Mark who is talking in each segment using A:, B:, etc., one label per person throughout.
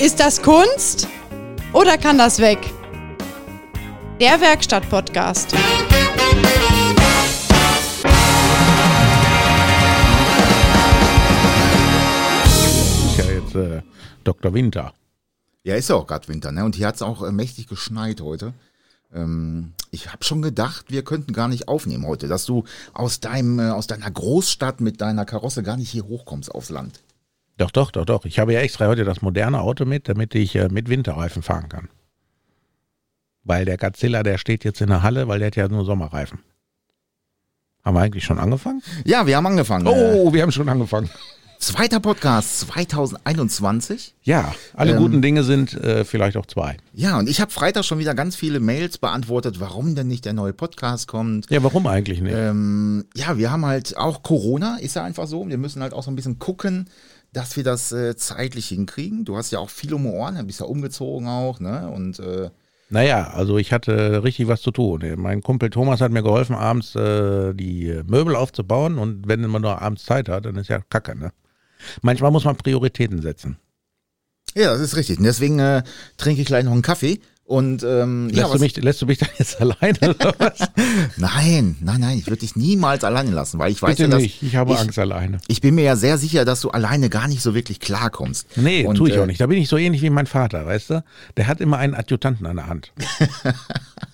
A: Ist das Kunst oder kann das weg? Der Werkstatt-Podcast.
B: ist ja jetzt äh, Dr. Winter.
C: Ja, ist ja auch gerade Winter, ne? Und hier hat es auch äh, mächtig geschneit heute. Ähm, ich habe schon gedacht, wir könnten gar nicht aufnehmen heute, dass du aus deinem, äh, aus deiner Großstadt mit deiner Karosse gar nicht hier hochkommst aufs Land.
B: Doch, doch, doch, doch. Ich habe ja extra heute das moderne Auto mit, damit ich äh, mit Winterreifen fahren kann. Weil der Godzilla, der steht jetzt in der Halle, weil der hat ja nur Sommerreifen. Haben wir eigentlich schon angefangen?
C: Ja, wir haben angefangen. Äh,
B: Oh, wir haben schon angefangen.
C: zweiter Podcast 2021.
B: Ja, alle guten Dinge sind äh, vielleicht auch zwei.
C: Ja, und ich habe Freitag schon wieder ganz viele Mails beantwortet, warum denn nicht der neue Podcast kommt.
B: Ja, warum eigentlich nicht?
C: Ähm, ja, wir haben halt auch Corona, ist ja einfach so. Wir müssen halt auch so ein bisschen gucken, dass wir das äh, zeitlich hinkriegen. Du hast ja auch viel um die Ohren, bist ja umgezogen auch, ne? Und äh,
B: Naja, also ich hatte richtig was zu tun. Mein Kumpel Thomas hat mir geholfen, abends äh, die Möbel aufzubauen und wenn man nur abends Zeit hat, dann ist ja Kacke, ne? Manchmal muss man Prioritäten setzen.
C: ja, das ist richtig. Und deswegen äh, trinke ich gleich noch einen Kaffee. Und ähm,
B: Lässt,
C: ja,
B: du mich, lässt du mich dann jetzt alleine oder was?
C: Nein, nein, nein, ich würde dich niemals alleine lassen, weil ich weiß
B: Bitte
C: ja, dass
B: nicht, ich habe Angst alleine.
C: ich bin mir ja sehr sicher, dass du alleine gar nicht so wirklich klarkommst.
B: Nee,
C: Und,
B: tue ich
C: äh,
B: auch nicht. Da bin ich so ähnlich wie mein Vater, weißt du? Der hat immer einen Adjutanten an der Hand.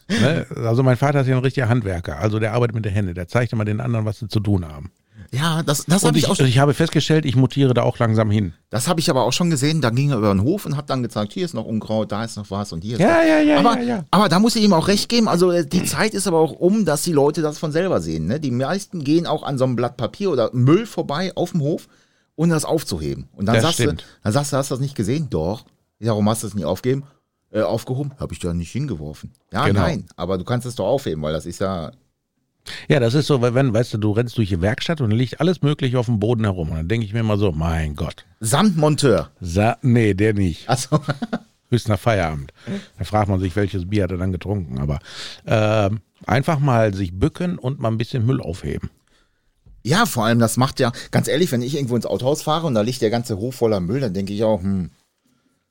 B: ne? Also mein Vater ist ja ein richtiger Handwerker. Also der arbeitet mit den Händen. Der zeigt immer den anderen, was sie zu tun haben.
C: Ja, das, das
B: Und
C: habe ich,
B: ich,
C: auch
B: ich, ich habe festgestellt, ich mutiere da auch langsam hin.
C: Das habe ich aber auch schon gesehen. Da ging er über den Hof und habe dann gezeigt, hier ist noch Unkraut, da ist noch was und hier ist
B: Ja,
C: was.
B: ja, ja,
C: aber,
B: ja, ja.
C: aber da muss ich ihm auch recht geben. Also äh, die Zeit ist aber auch um, dass die Leute das von selber sehen. Ne? Die meisten gehen auch an so einem Blatt Papier oder Müll vorbei auf dem Hof, ohne das aufzuheben. Und dann
B: Das
C: sagst, du,
B: stimmt.
C: dann sagst du, hast du das nicht gesehen? Doch. Ja, Warum hast du das nicht aufgeben? Äh, aufgehoben? Habe ich da nicht hingeworfen. Ja,
B: Genau.
C: nein. Aber du kannst es doch aufheben, weil das ist ja.
B: Ja, das ist so, weil wenn, weißt du, du rennst durch die Werkstatt und liegt alles mögliche auf dem Boden herum. Und dann denke ich mir immer so, mein Gott.
C: Samt Monteur.
B: Sa nee, der nicht.
C: Also,
B: höchst nach Feierabend. Da fragt man sich, welches Bier hat er dann getrunken. Aber ähm, einfach mal sich bücken und mal ein bisschen Müll aufheben.
C: Ja, vor allem, das macht ja, ganz ehrlich, wenn ich irgendwo ins Autohaus fahre und da liegt der ganze Hof voller Müll, dann denke ich auch, hm,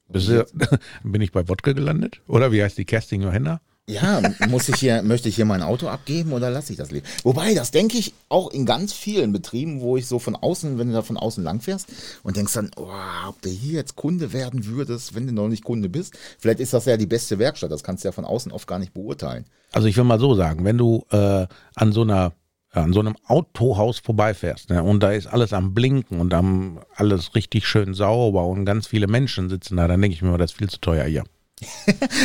B: Bist du, bin ich bei Wodka gelandet? Oder wie heißt die Kerstin Johanna?
C: ja, muss ich hier, möchte ich hier mein Auto abgeben oder lasse ich das leben? Wobei, das denke ich auch in ganz vielen Betrieben, wo ich so von außen, wenn du da von außen lang fährst und denkst dann, oh, ob du hier jetzt Kunde werden würdest, wenn du noch nicht Kunde bist. Vielleicht ist das ja die beste Werkstatt, das kannst du ja von außen oft gar nicht beurteilen.
B: Also ich will mal so sagen, wenn du äh, an so einer äh, an so einem Autohaus vorbeifährst ne, und da ist alles am Blinken und am alles richtig schön sauber und ganz viele Menschen sitzen da, dann denke ich mir, das ist viel zu teuer hier.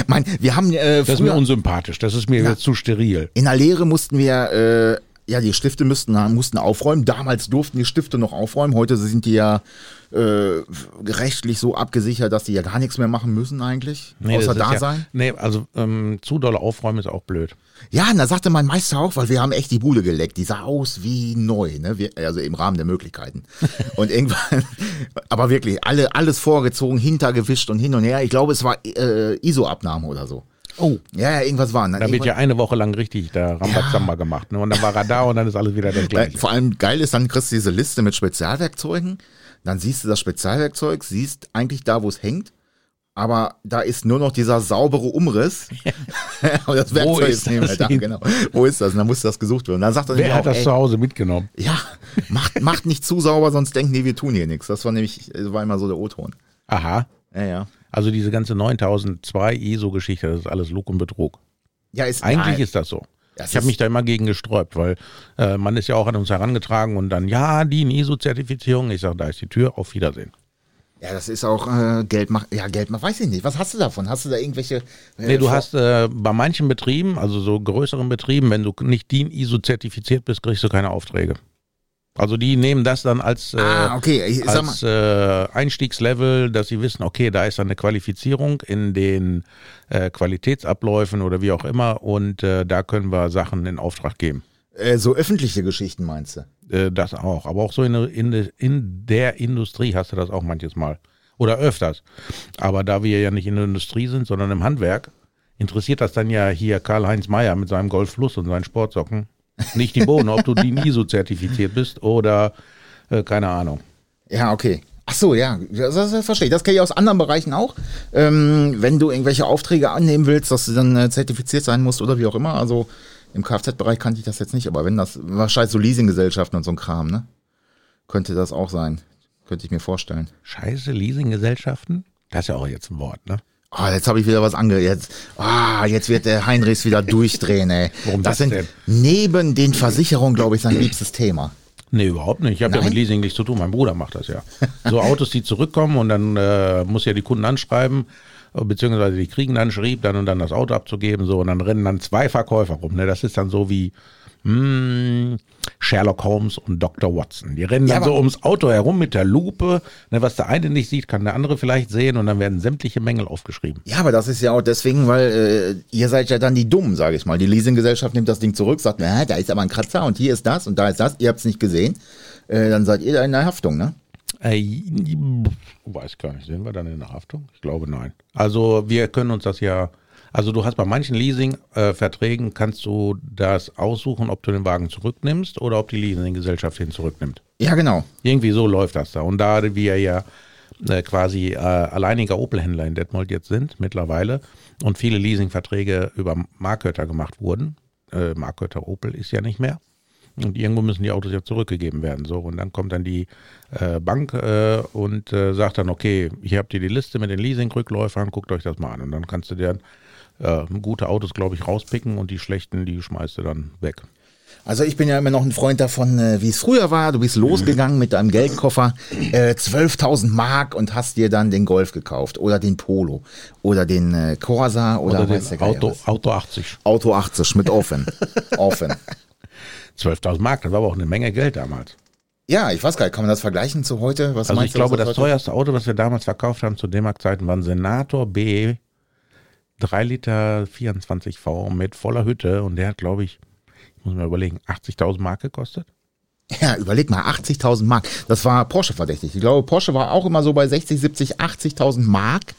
C: Mein, wir haben äh,
B: Das ist mir
C: früher-
B: unsympathisch, das ist mir jetzt zu steril.
C: In der Lehre mussten wir, äh, ja, die Stifte müssten, mussten aufräumen. Damals durften die Stifte noch aufräumen. Heute sind die ja äh, rechtlich so abgesichert, dass die ja gar nichts mehr machen müssen eigentlich.
B: das
C: außer
B: ist
C: da sein.
B: Ja, nee, also ähm, zu doll aufräumen ist auch blöd.
C: Ja, und da sagte mein Meister auch, weil wir haben echt die Bude geleckt. Die sah aus wie neu, ne? Wir, also im Rahmen der Möglichkeiten. Und irgendwann, aber wirklich, alle, alles vorgezogen, hintergewischt und hin und her. Ich glaube, es war äh, ISO-Abnahme oder so.
B: Oh,
C: Ja, ja, irgendwas war. ne?
B: Da wird ja eine Woche lang richtig da Rambazamba gemacht. Ne? Und dann war er da und dann ist alles wieder das
C: Äh,
B: Gleiche.
C: Vor allem geil ist, dann kriegst du diese Liste mit Spezialwerkzeugen. Dann siehst du das Spezialwerkzeug, siehst eigentlich da, wo es hängt. Aber da ist nur noch dieser saubere Umriss. Und das Werkzeug
B: ist
C: ist, nicht mehr
B: das
C: da.
B: hin?
C: Genau. Wo ist das? Und dann muss das gesucht werden. Und dann sagt er
B: Wer
C: nämlich
B: hat
C: auch,
B: das
C: ey,
B: zu Hause mitgenommen?
C: ja, macht, macht nicht zu sauber, sonst denken die, wir tun hier nichts. Das war nämlich, äh, war immer so der O-Ton.
B: Aha.
C: Ja, ja.
B: Also diese ganze 9002 ISO-Geschichte, das ist alles Lug und Betrug.
C: Ja, ist
B: Eigentlich
C: ja,
B: ist das so.
C: Das
B: ich habe
C: ist-
B: mich da immer gegen gesträubt, weil äh, man ist ja auch an uns herangetragen und dann, ja, die ISO-Zertifizierung. Ich sage, da ist die Tür, auf Wiedersehen.
C: ja, das ist auch äh, Geld macht. Ja, Geld macht. Weiß ich nicht. Was hast du davon? Hast du da irgendwelche? Äh,
B: Nee, du
C: Vor-
B: hast äh, bei manchen Betrieben, also so größeren Betrieben, wenn du nicht DIN ISO zertifiziert bist, kriegst du keine Aufträge. Also die nehmen das dann als äh,
C: Ah, okay. Ich, sag mal.
B: als äh, Einstiegslevel, dass sie wissen, okay, da ist eine Qualifizierung in den äh, Qualitätsabläufen oder wie auch immer und äh, da können wir Sachen in Auftrag geben.
C: Äh, so öffentliche Geschichten meinst du?
B: Äh, das auch, aber auch so in, in, in der Industrie hast du das auch manches Mal oder öfters. Aber da wir ja nicht in der Industrie sind, sondern im Handwerk, interessiert das dann ja hier Karl-Heinz Meyer mit seinem Golffluss und seinen Sportsocken nicht die Bohne, ob du DIN ISO zertifiziert bist oder äh, keine Ahnung.
C: Ja, okay. Ach so, ja, das, das, das verstehe ich. Das kenne ich aus anderen Bereichen auch. Ähm, wenn du irgendwelche Aufträge annehmen willst, dass du dann äh, zertifiziert sein musst oder wie auch immer. Also im Kfz-Bereich kannte ich das jetzt nicht, aber wenn das, wahrscheinlich so Leasinggesellschaften und so ein Kram, ne? Könnte das auch sein. Könnte ich mir vorstellen.
B: Scheiße, Leasinggesellschaften? Das ist ja auch jetzt ein Wort, ne?
C: Ah, jetzt habe ich wieder was ange... Jetzt, ah, jetzt wird der Heinrichs wieder durchdrehen, ey.
B: Warum das
C: sind
B: denn?
C: neben den Versicherungen, glaube ich, sein liebstes Thema.
B: Nee, überhaupt nicht. Ich habe ja
C: Nein?
B: mit Leasing nichts zu tun. Mein Bruder macht das ja. So Autos, die zurückkommen und dann äh, muss ja die Kunden anschreiben, äh, beziehungsweise die kriegen dann schrieb, dann und dann das Auto abzugeben, so und dann rennen dann zwei Verkäufer rum. Ne? Das ist dann so wie mh, Sherlock Holmes und Dr. Watson. Die rennen
C: Ja,
B: dann
C: aber-
B: so ums Auto herum mit der Lupe. Ne? Was der eine nicht sieht, kann der andere vielleicht sehen und dann werden sämtliche Mängel aufgeschrieben.
C: Ja, aber das ist ja auch deswegen, weil äh, ihr seid ja dann die Dummen, sage ich mal. Die Leasinggesellschaft nimmt das Ding zurück, sagt, na, da ist aber ein Kratzer und hier ist das und da ist das. Ihr habt's nicht gesehen. Äh, dann seid ihr da in der Haftung, ne?
B: Äh, weiß gar nicht, sind wir dann in der Haftung? Ich glaube nein. Also wir können uns das ja, also du hast bei manchen Leasing-Verträgen, kannst du das aussuchen, ob du den Wagen zurücknimmst oder ob die Leasinggesellschaft ihn zurücknimmt.
C: Ja, genau.
B: Irgendwie so läuft das da. Und da wir ja äh, quasi äh, alleiniger Opel-Händler in Detmold jetzt sind mittlerweile und viele Leasingverträge über Markötter gemacht wurden, äh, Markötter Opel ist ja nicht mehr. Und irgendwo müssen die Autos ja zurückgegeben werden. So, und dann kommt dann die äh, Bank äh, und äh, sagt dann, okay, hier habt ihr die Liste mit den Leasing-Rückläufern, guckt euch das mal an. Und dann kannst du dir äh, gute Autos, glaube ich, rauspicken und die schlechten, die schmeißt du dann weg.
C: Also ich bin ja immer noch ein Freund davon, äh, wie es früher war. Du bist losgegangen mit deinem Geldkoffer, äh, 12.000 Mark und hast dir dann den Golf gekauft oder den Polo oder den äh, Corsa oder,
B: Oder
C: weiß der
B: den
C: Geier
B: Auto,
C: was.
B: Auto 80.
C: Auto 80 mit offen. offen.
B: 12.000 Mark, das war aber auch eine Menge Geld damals.
C: Ja, ich weiß gar nicht, kann man das vergleichen zu heute? Was
B: Also ich
C: meinst du,
B: glaube,
C: was
B: das
C: heute-
B: teuerste Auto, was wir damals verkauft haben zu D-Mark-Zeiten, war ein Senator B 3 Liter 24 V mit voller Hütte und der hat, glaube ich, ich muss mir überlegen, 80.000 Mark gekostet.
C: Ja, überleg mal, 80.000 Mark. Das war Porsche verdächtig. Ich glaube, Porsche war auch immer so bei 60, 70, 80.000 Mark.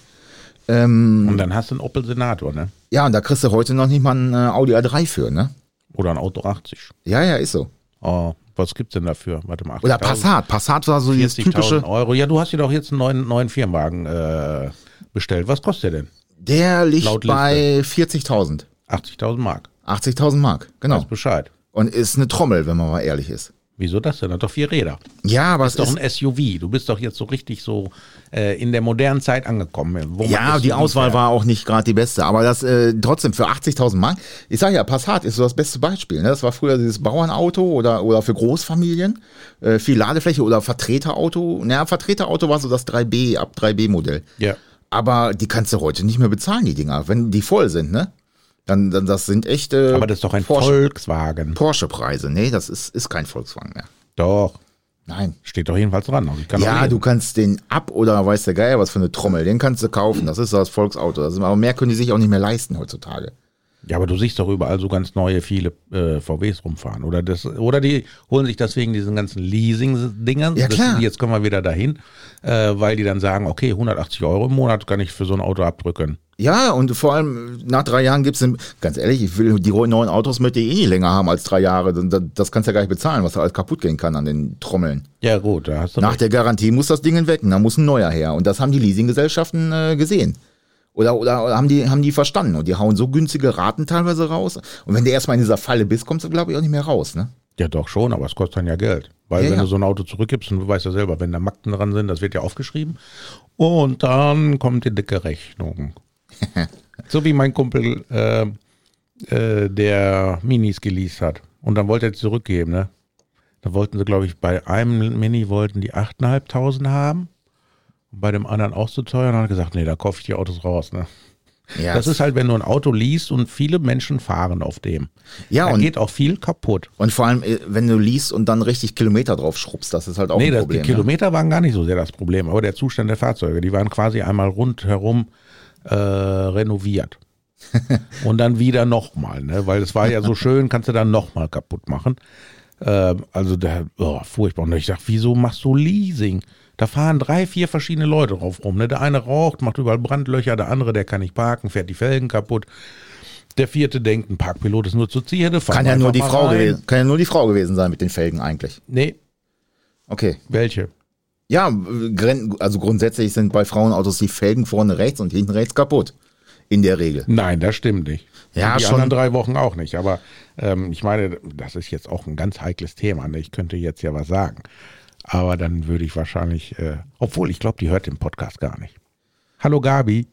C: Ähm, Mhm.
B: Und dann hast du einen Opel Senator, ne?
C: Ja, und da kriegst du heute noch nicht mal ein äh, Audi A3 für, ne?
B: Oder ein Auto 80.
C: Ja, ja, ist so.
B: Oh, was gibt's denn dafür? Warte mal, 80.000.
C: Oder Passat. Passat war so dieses
B: 40.000
C: typische.
B: Euro. Ja, du hast dir doch jetzt einen neuen, neuen Firmenwagen äh, bestellt. Was kostet der denn?
C: Der liegt
B: Laut
C: bei 40.000.
B: 80.000 Mark.
C: 80.000 Mark,
B: Also
C: genau.
B: Bescheid.
C: Und ist eine Trommel, wenn man mal ehrlich ist.
B: Wieso das denn? Hat doch vier Räder.
C: Ja, aber es
B: doch
C: ist,
B: ein SUV. Du bist doch jetzt so richtig so äh, in der modernen Zeit angekommen. Wo man
C: Ja,
B: Oh das
C: die
B: so
C: Auswahl
B: fährt.
C: war auch nicht gerade die beste, aber das äh, trotzdem für 80.000 Mark. Ich sage ja, Passat ist so das beste Beispiel. Ne? Das war früher dieses Bauernauto oder, oder für Großfamilien, äh, viel Ladefläche oder Vertreterauto. Naja, Vertreterauto war so das 3B, ab 3B-Modell.
B: Ja.
C: Aber die kannst du heute nicht mehr bezahlen, die Dinger, wenn die voll sind, ne? Dann, dann das sind echte
B: Aber das ist doch ein
C: Äh, Porsche,
B: Volkswagen.
C: Porsche-Preise. Nee, das ist, ist kein Volkswagen mehr.
B: Doch.
C: Nein.
B: Steht doch jedenfalls dran. Also ich kann auch
C: Ja,
B: lesen.
C: du kannst den ab oder weiß der Geier was für eine Trommel, den kannst du kaufen. Das ist das Volksauto. Das ist, aber mehr können die sich auch nicht mehr leisten heutzutage.
B: ja, aber du siehst doch überall so ganz neue, viele äh, VWs rumfahren. Oder, das, oder die holen sich deswegen diesen ganzen Leasing-Dingern.
C: Ja,
B: Das-
C: klar.
B: Jetzt kommen wir wieder dahin, äh, weil die dann sagen, okay, 180 Euro im Monat kann ich für so ein Auto abdrücken.
C: Ja, und vor allem nach drei Jahren gibt's den- ganz ehrlich, ich will die neuen Autos möchte ich eh nicht länger haben als drei Jahre. Dann- dann- Das kannst du ja gar nicht bezahlen, was da alles kaputt gehen kann an den Trommeln.
B: Ja gut, da hast du
C: Nach
B: recht.
C: der Garantie muss das Ding entwecken, da muss ein neuer her. Und das haben die Leasinggesellschaften äh, gesehen. Oder, oder, oder haben, die, haben die verstanden und die hauen so günstige Raten teilweise raus. Und wenn du erstmal in dieser Falle bist, kommst du, glaube ich, auch nicht mehr raus, ne?
B: Ja, doch schon, aber es kostet dann ja Geld. Weil
C: Ja,
B: wenn
C: ja.
B: du so ein Auto zurückgibst, und du weißt ja selber, wenn da Macken dran sind, das wird ja aufgeschrieben. Und dann kommt die dicke Rechnung. so wie mein Kumpel, äh, äh, der Minis geleast hat. Und dann wollte er die zurückgeben, ne? Da wollten sie, glaube ich, bei einem Mini wollten die 8.500 haben. Und bei dem anderen auch zu teuer. Und dann hat er gesagt, nee, da kaufe ich die Autos raus, ne?
C: Ja,
B: Das ist halt, wenn du ein Auto liest und viele Menschen fahren auf dem.
C: Ja,
B: da
C: und-
B: geht auch viel kaputt.
C: Und vor allem, äh, wenn du liest und dann richtig Kilometer drauf schrubbst, das ist halt auch
B: Nee,
C: ein
B: das,
C: Problem.
B: die
C: ne?
B: Kilometer waren gar nicht so sehr das Problem, aber der Zustand der Fahrzeuge, die waren quasi einmal rundherum äh, renoviert. Und dann wieder nochmal, ne? weil es war ja so schön, kannst du dann nochmal kaputt machen. Ähm, also da, oh, furchtbar. Und ich dachte, wieso machst du Leasing? Da fahren drei, vier verschiedene Leute drauf rum. Ne? Der eine raucht, macht überall Brandlöcher, der andere, der kann nicht parken, fährt die Felgen kaputt. Der vierte denkt, ein Parkpilot ist nur zu Zierde. fahr
C: Kann ja
B: einfach
C: nur die
B: mal
C: Frau
B: rein.
C: gewesen, kann ja nur die Frau gewesen sein mit den Felgen eigentlich.
B: Nee,
C: Okay.
B: welche?
C: Ja, äh, gren- also grundsätzlich sind bei Frauenautos die Felgen vorne rechts und hinten rechts kaputt. In der Regel.
B: Nein, das stimmt nicht.
C: Ja,
B: die
C: schon.
B: anderen drei Wochen auch nicht. Aber ähm, ich meine, das ist jetzt auch ein ganz heikles Thema. Ne? Ich könnte jetzt ja was sagen. Aber dann würde ich wahrscheinlich, äh, obwohl ich glaube, die hört den Podcast gar nicht. Hallo Gabi.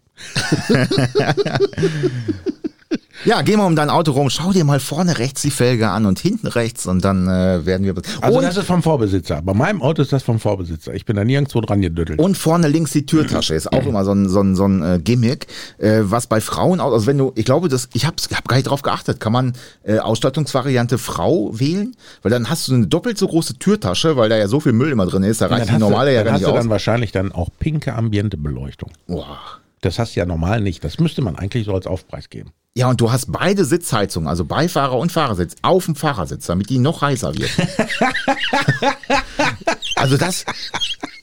C: Ja, geh mal um dein Auto rum, schau dir mal vorne rechts die Felge an und hinten rechts und dann äh, werden wir.
B: Also
C: und,
B: das ist vom Vorbesitzer. Bei meinem Auto ist das vom Vorbesitzer. Ich bin da nirgendwo dran gedüttelt.
C: und vorne links die Türtasche ist
B: Mhm.
C: auch immer so ein, so ein, so ein äh, Gimmick, äh, was bei Frauen aus, also wenn du, ich glaube, das, ich habe hab gar nicht drauf geachtet, kann man äh, Ausstattungsvariante Frau wählen, weil dann hast du eine doppelt so große Türtasche, weil da ja so viel Müll immer drin ist, da reicht die
B: hast
C: normale
B: du,
C: ja
B: dann
C: gar
B: hast
C: nicht
B: du
C: aus.
B: dann wahrscheinlich dann auch pinke ambiente Beleuchtung.
C: Boah.
B: Das hast du ja normal nicht. Das müsste man eigentlich so als Aufpreis geben.
C: Ja, und du hast beide Sitzheizungen, also Beifahrer und Fahrersitz, auf dem Fahrersitz, damit die noch heißer wird. also das,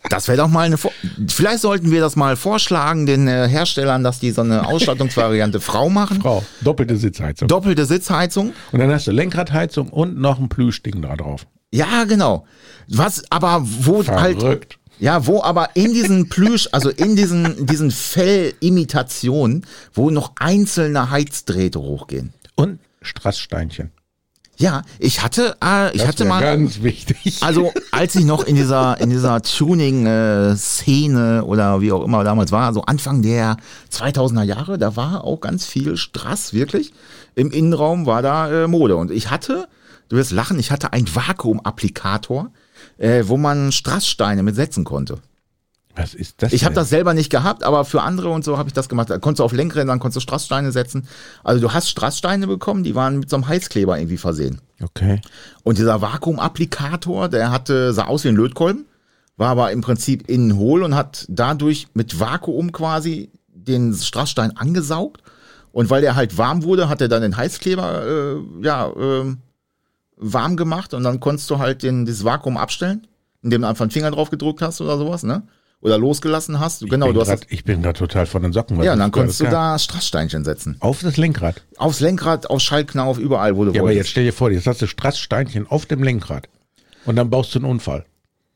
C: das wäre doch mal eine. Vor Vielleicht sollten wir das mal vorschlagen den äh, Herstellern, dass die so eine Ausstattungsvariante Frau machen.
B: Frau, doppelte Sitzheizung.
C: Doppelte Sitzheizung.
B: und dann hast du Lenkradheizung und noch ein Plüschding da drauf.
C: Ja, genau. Was aber, wo halt.
B: Verrückt.
C: Ja, wo aber in diesen Plüsch, also in diesen, diesen Fellimitationen, wo noch einzelne Heizdrähte hochgehen.
B: Und Strasssteinchen.
C: Ja, ich hatte, äh, ich
B: Das
C: hatte
B: wär
C: mal.
B: ganz wichtig.
C: Also, als ich noch in dieser, in dieser Tuning-Szene oder wie auch immer damals war, so Anfang der 2000er Jahre, da war auch ganz viel Strass, wirklich. Im Innenraum war da äh, Mode. Und ich hatte, du wirst lachen, ich hatte einen Vakuum-Applikator, äh, wo man Strasssteine mit setzen konnte.
B: Was ist das?
C: Ich habe
B: denn?
C: das selber nicht gehabt, aber für andere und so habe ich das gemacht. Da konntest du auf Lenkrädern, konntest du Strasssteine setzen. Also, du hast Strasssteine bekommen, die waren mit so einem Heißkleber irgendwie versehen.
B: Okay.
C: Und dieser Vakuumapplikator, der hatte, sah aus wie ein Lötkolben, war aber im Prinzip innen hohl und hat dadurch mit Vakuum quasi den Strassstein angesaugt. Und weil der halt warm wurde, hat er dann den Heißkleber äh, ja, ähm, warm gemacht und dann konntest du halt den, dieses Vakuum abstellen, indem du einfach einen Finger drauf gedrückt hast oder sowas, ne? Oder losgelassen hast. genau,
B: bin
C: du hast.
B: grad,
C: das-
B: ich bin gerade total von den Socken. was
C: Ja, und
B: das
C: dann
B: für
C: konntest du
B: alles gab.
C: da Strasssteinchen setzen.
B: Auf das Lenkrad.
C: Aufs Lenkrad, aufs Schallknauf, überall, wo du
B: Ja, aber jetzt
C: wolltest.
B: stell dir vor, jetzt hast du Strasssteinchen auf dem Lenkrad. Und dann baust du einen Unfall.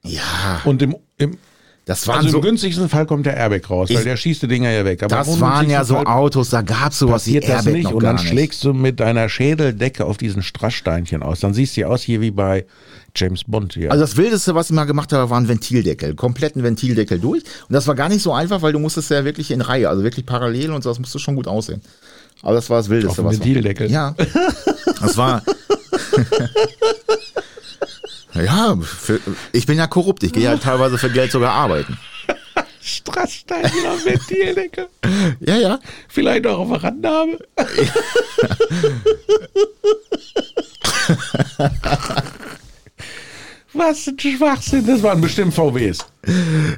C: ja,
B: Und im, im,
C: das waren
B: also
C: so
B: im günstigsten Fall kommt der Airbag raus, weil
C: Ich-
B: der schießt die Dinger ja weg. Aber im
C: Das waren ja
B: ungünstigsten
C: so
B: Fall
C: Autos, da gab's sowas wie
B: passiert das
C: Airbag
B: nicht.
C: noch
B: Und
C: gar
B: dann
C: nicht.
B: schlägst du mit deiner Schädeldecke auf diesen Strasssteinchen aus. Dann siehst du ja aus hier wie bei James Bond hier.
C: Also das Wildeste, was ich mal gemacht habe, war ein Ventildeckel, kompletten Ventildeckel durch. Und das war gar nicht so einfach, weil du musstest ja wirklich in Reihe, also wirklich parallel und so, das musste schon gut aussehen. Aber das war das Wildeste.
B: Auf dem
C: was
B: Ventildeckel?
C: Ja. Das war... ja, für, ich bin ja korrupt, ich gehe ja teilweise für Geld sogar arbeiten.
B: Strasssteinchen auf Ventildecke.
C: Ja, ja.
B: Vielleicht auch auf der Randname. Was ein Schwachsinn. Das waren bestimmt VWs.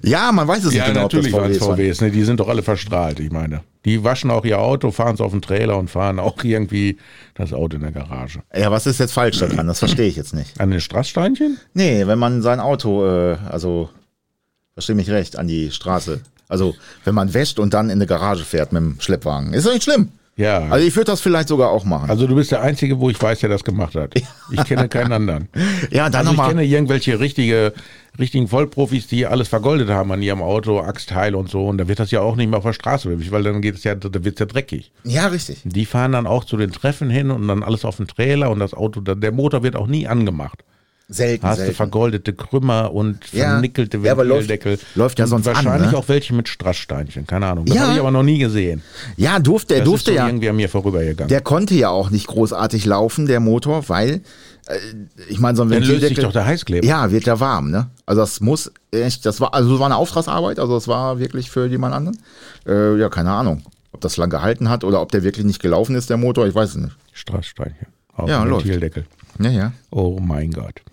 C: Ja, man weiß es
B: Ja,
C: nicht genau,
B: natürlich
C: ob
B: waren
C: das
B: es
C: VW ist.
B: VWs. Ne? Die sind doch alle verstrahlt, ich meine. Die waschen auch ihr Auto, fahren es auf den Trailer und fahren auch irgendwie das Auto in der Garage.
C: Ja, was ist jetzt falsch daran? Das verstehe ich jetzt nicht.
B: An den Strasssteinchen?
C: Nee, wenn man sein Auto, äh, also, versteh mich recht, an die Straße. Also, wenn man wäscht und dann in eine Garage fährt mit dem Schleppwagen. Ist doch nicht schlimm.
B: Ja.
C: Also, ich würde das vielleicht sogar auch machen.
B: Also du bist der Einzige, wo ich weiß, der das gemacht hat. Ich kenne keinen anderen.
C: ja, dann
B: Also ich
C: nochmal.
B: kenne irgendwelche richtige, richtigen Vollprofis, die alles vergoldet haben an ihrem Auto, Axtteile und so. Und da wird das ja auch nicht mehr auf der Straße, wirklich, weil dann geht es ja, da wird es ja dreckig.
C: Ja, richtig.
B: Die fahren dann auch zu den Treffen hin und dann alles auf den Trailer und das Auto, da- der Motor wird auch nie angemacht.
C: Selten,
B: Da hast du
C: selten.
B: vergoldete Krümmer und
C: Ja.
B: vernickelte
C: Ja, aber läuft-
B: Ventildeckel.
C: läuft ja
B: Und
C: sonst an,
B: Wahrscheinlich
C: ne?
B: auch welche mit Strasssteinchen, keine Ahnung. Das
C: Ja.
B: habe ich aber noch nie gesehen.
C: Ja, durfte, er
B: Das
C: durfte
B: ist so
C: ja.
B: irgendwie an mir vorübergegangen.
C: Der konnte ja auch nicht großartig laufen, der Motor, weil, äh, ich meine, so ein
B: dann löst sich
C: Ventildeckel-
B: doch der Heißkleber.
C: Ja, wird ja warm, ne? Also das muss echt, das war, also das war eine Auftragsarbeit, also das war wirklich für jemand anderen. Äh, ja, keine Ahnung, ob das lang gehalten hat oder ob der wirklich nicht gelaufen ist, der Motor, ich weiß es nicht.
B: Strasssteinchen. Auf
C: Ja,
B: dem
C: läuft.
B: Ventildeckel.
C: Ja, ja.
B: Oh mein Gott.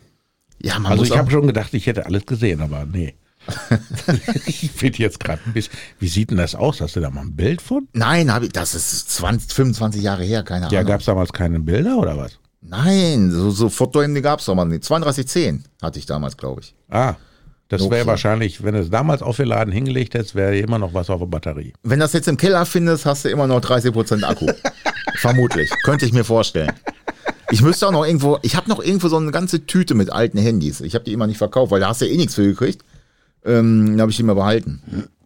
C: Ja, man
B: Also
C: muss
B: ich habe
C: auch,
B: schon gedacht, ich hätte alles gesehen, aber nee. ich bin jetzt gerade ein bisschen. Wie sieht denn das aus? Hast du da mal ein Bild von?
C: Nein, hab ich, das ist 20, 25 Jahre her, keine
B: Ja,
C: Ahnung.
B: gab es damals keine Bilder oder was?
C: Nein, so, so Fotohemden gab's doch mal nicht. 3210 hatte ich damals, glaube ich.
B: Ah, das
C: Nokia.
B: wäre wahrscheinlich, wenn du es damals aufgeladen hingelegt hättest, wäre immer noch was auf der Batterie.
C: Wenn das jetzt im Keller findest, hast du immer noch 30% Akku. Vermutlich. Könnte ich mir vorstellen. Ich müsste auch noch irgendwo, ich habe noch irgendwo so eine ganze Tüte mit alten Handys. Ich habe die immer nicht verkauft, weil da hast du ja eh nichts für gekriegt. Äh, Ähm, habe ich den mal behalten.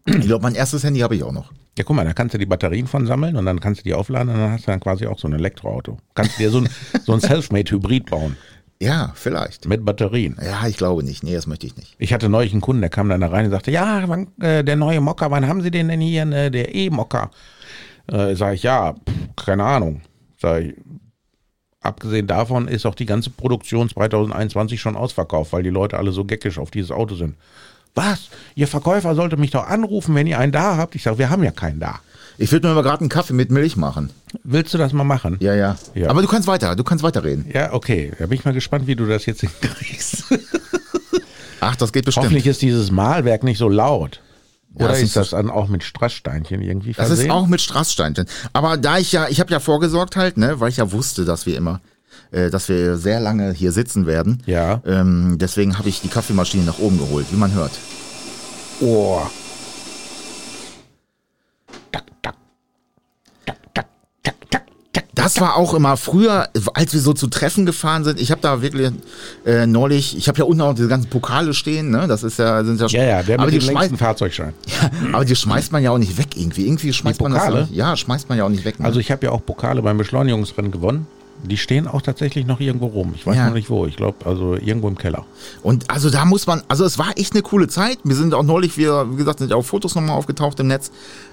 C: Ich glaube, mein erstes Handy habe ich auch noch.
B: Ja, guck mal, da kannst du die Batterien von sammeln und dann kannst du die aufladen und dann hast du dann quasi auch so ein Elektroauto. Kannst dir so ein, so ein Selfmade-Hybrid bauen
C: Ja, vielleicht.
B: mit Batterien.
C: Ja, ich glaube nicht. Nee, das möchte ich nicht.
B: Ich hatte neulich einen Kunden, der kam dann da rein und sagte, ja, wann, äh, der neue Mocker, wann haben Sie den denn hier, ne, der E-Mocker? Äh, sag ich, ja, pff, keine Ahnung. Sag ich, abgesehen davon ist auch die ganze Produktion 2021 schon ausverkauft, weil die Leute alle so geckisch auf dieses Auto sind. Was? Ihr Verkäufer sollte mich doch anrufen, wenn ihr einen da habt. Ich sag, wir haben ja keinen da.
C: Ich würde mir mal gerade einen Kaffee mit Milch machen.
B: Willst du das mal machen?
C: Ja, ja,
B: Ja.
C: Aber du kannst weiter, du kannst weiterreden.
B: Ja, okay. Da bin ich mal gespannt, wie du das jetzt hinkriegst.
C: Ach, das geht bestimmt.
B: Hoffentlich ist dieses Malwerk nicht so laut.
C: Ja,
B: Oder
C: das
B: ist
C: ist-
B: das dann auch mit Strasssteinchen irgendwie
C: Das
B: versehen?
C: ist auch mit Strasssteinchen. Aber da ich ja, ich habe ja vorgesorgt halt, ne, weil ich ja wusste, dass wir immer, äh, dass wir sehr lange hier sitzen werden.
B: Ja.
C: Ähm, deswegen habe ich die Kaffeemaschine nach oben geholt, wie man hört.
B: Oh. Tak, tak. Tak, tak, tak, tak, tak.
C: Das war auch immer früher, als wir so zu Treffen gefahren sind. Ich habe da wirklich äh, neulich, ich habe ja unten auch diese ganzen Pokale stehen, ne? Das ist ja, sind ja,
B: Ja, ja, der
C: aber,
B: mit
C: die
B: dem längsten
C: schmeißt,
B: Fahrzeugschein.
C: aber die schmeißt man ja auch nicht weg irgendwie. Irgendwie schmeißt man das
B: Pokale?
C: auch nicht. Ja, schmeißt man ja auch nicht weg. Ne?
B: Also ich habe ja auch Pokale beim Beschleunigungsrennen gewonnen. Die stehen auch tatsächlich noch irgendwo rum. Ich weiß
C: Ja.
B: noch nicht wo. Ich glaube, also irgendwo im Keller.
C: Und also da muss man, also es war echt eine coole Zeit. Wir sind auch neulich, wir, wie gesagt, sind ja auch Fotos nochmal aufgetaucht im Netz.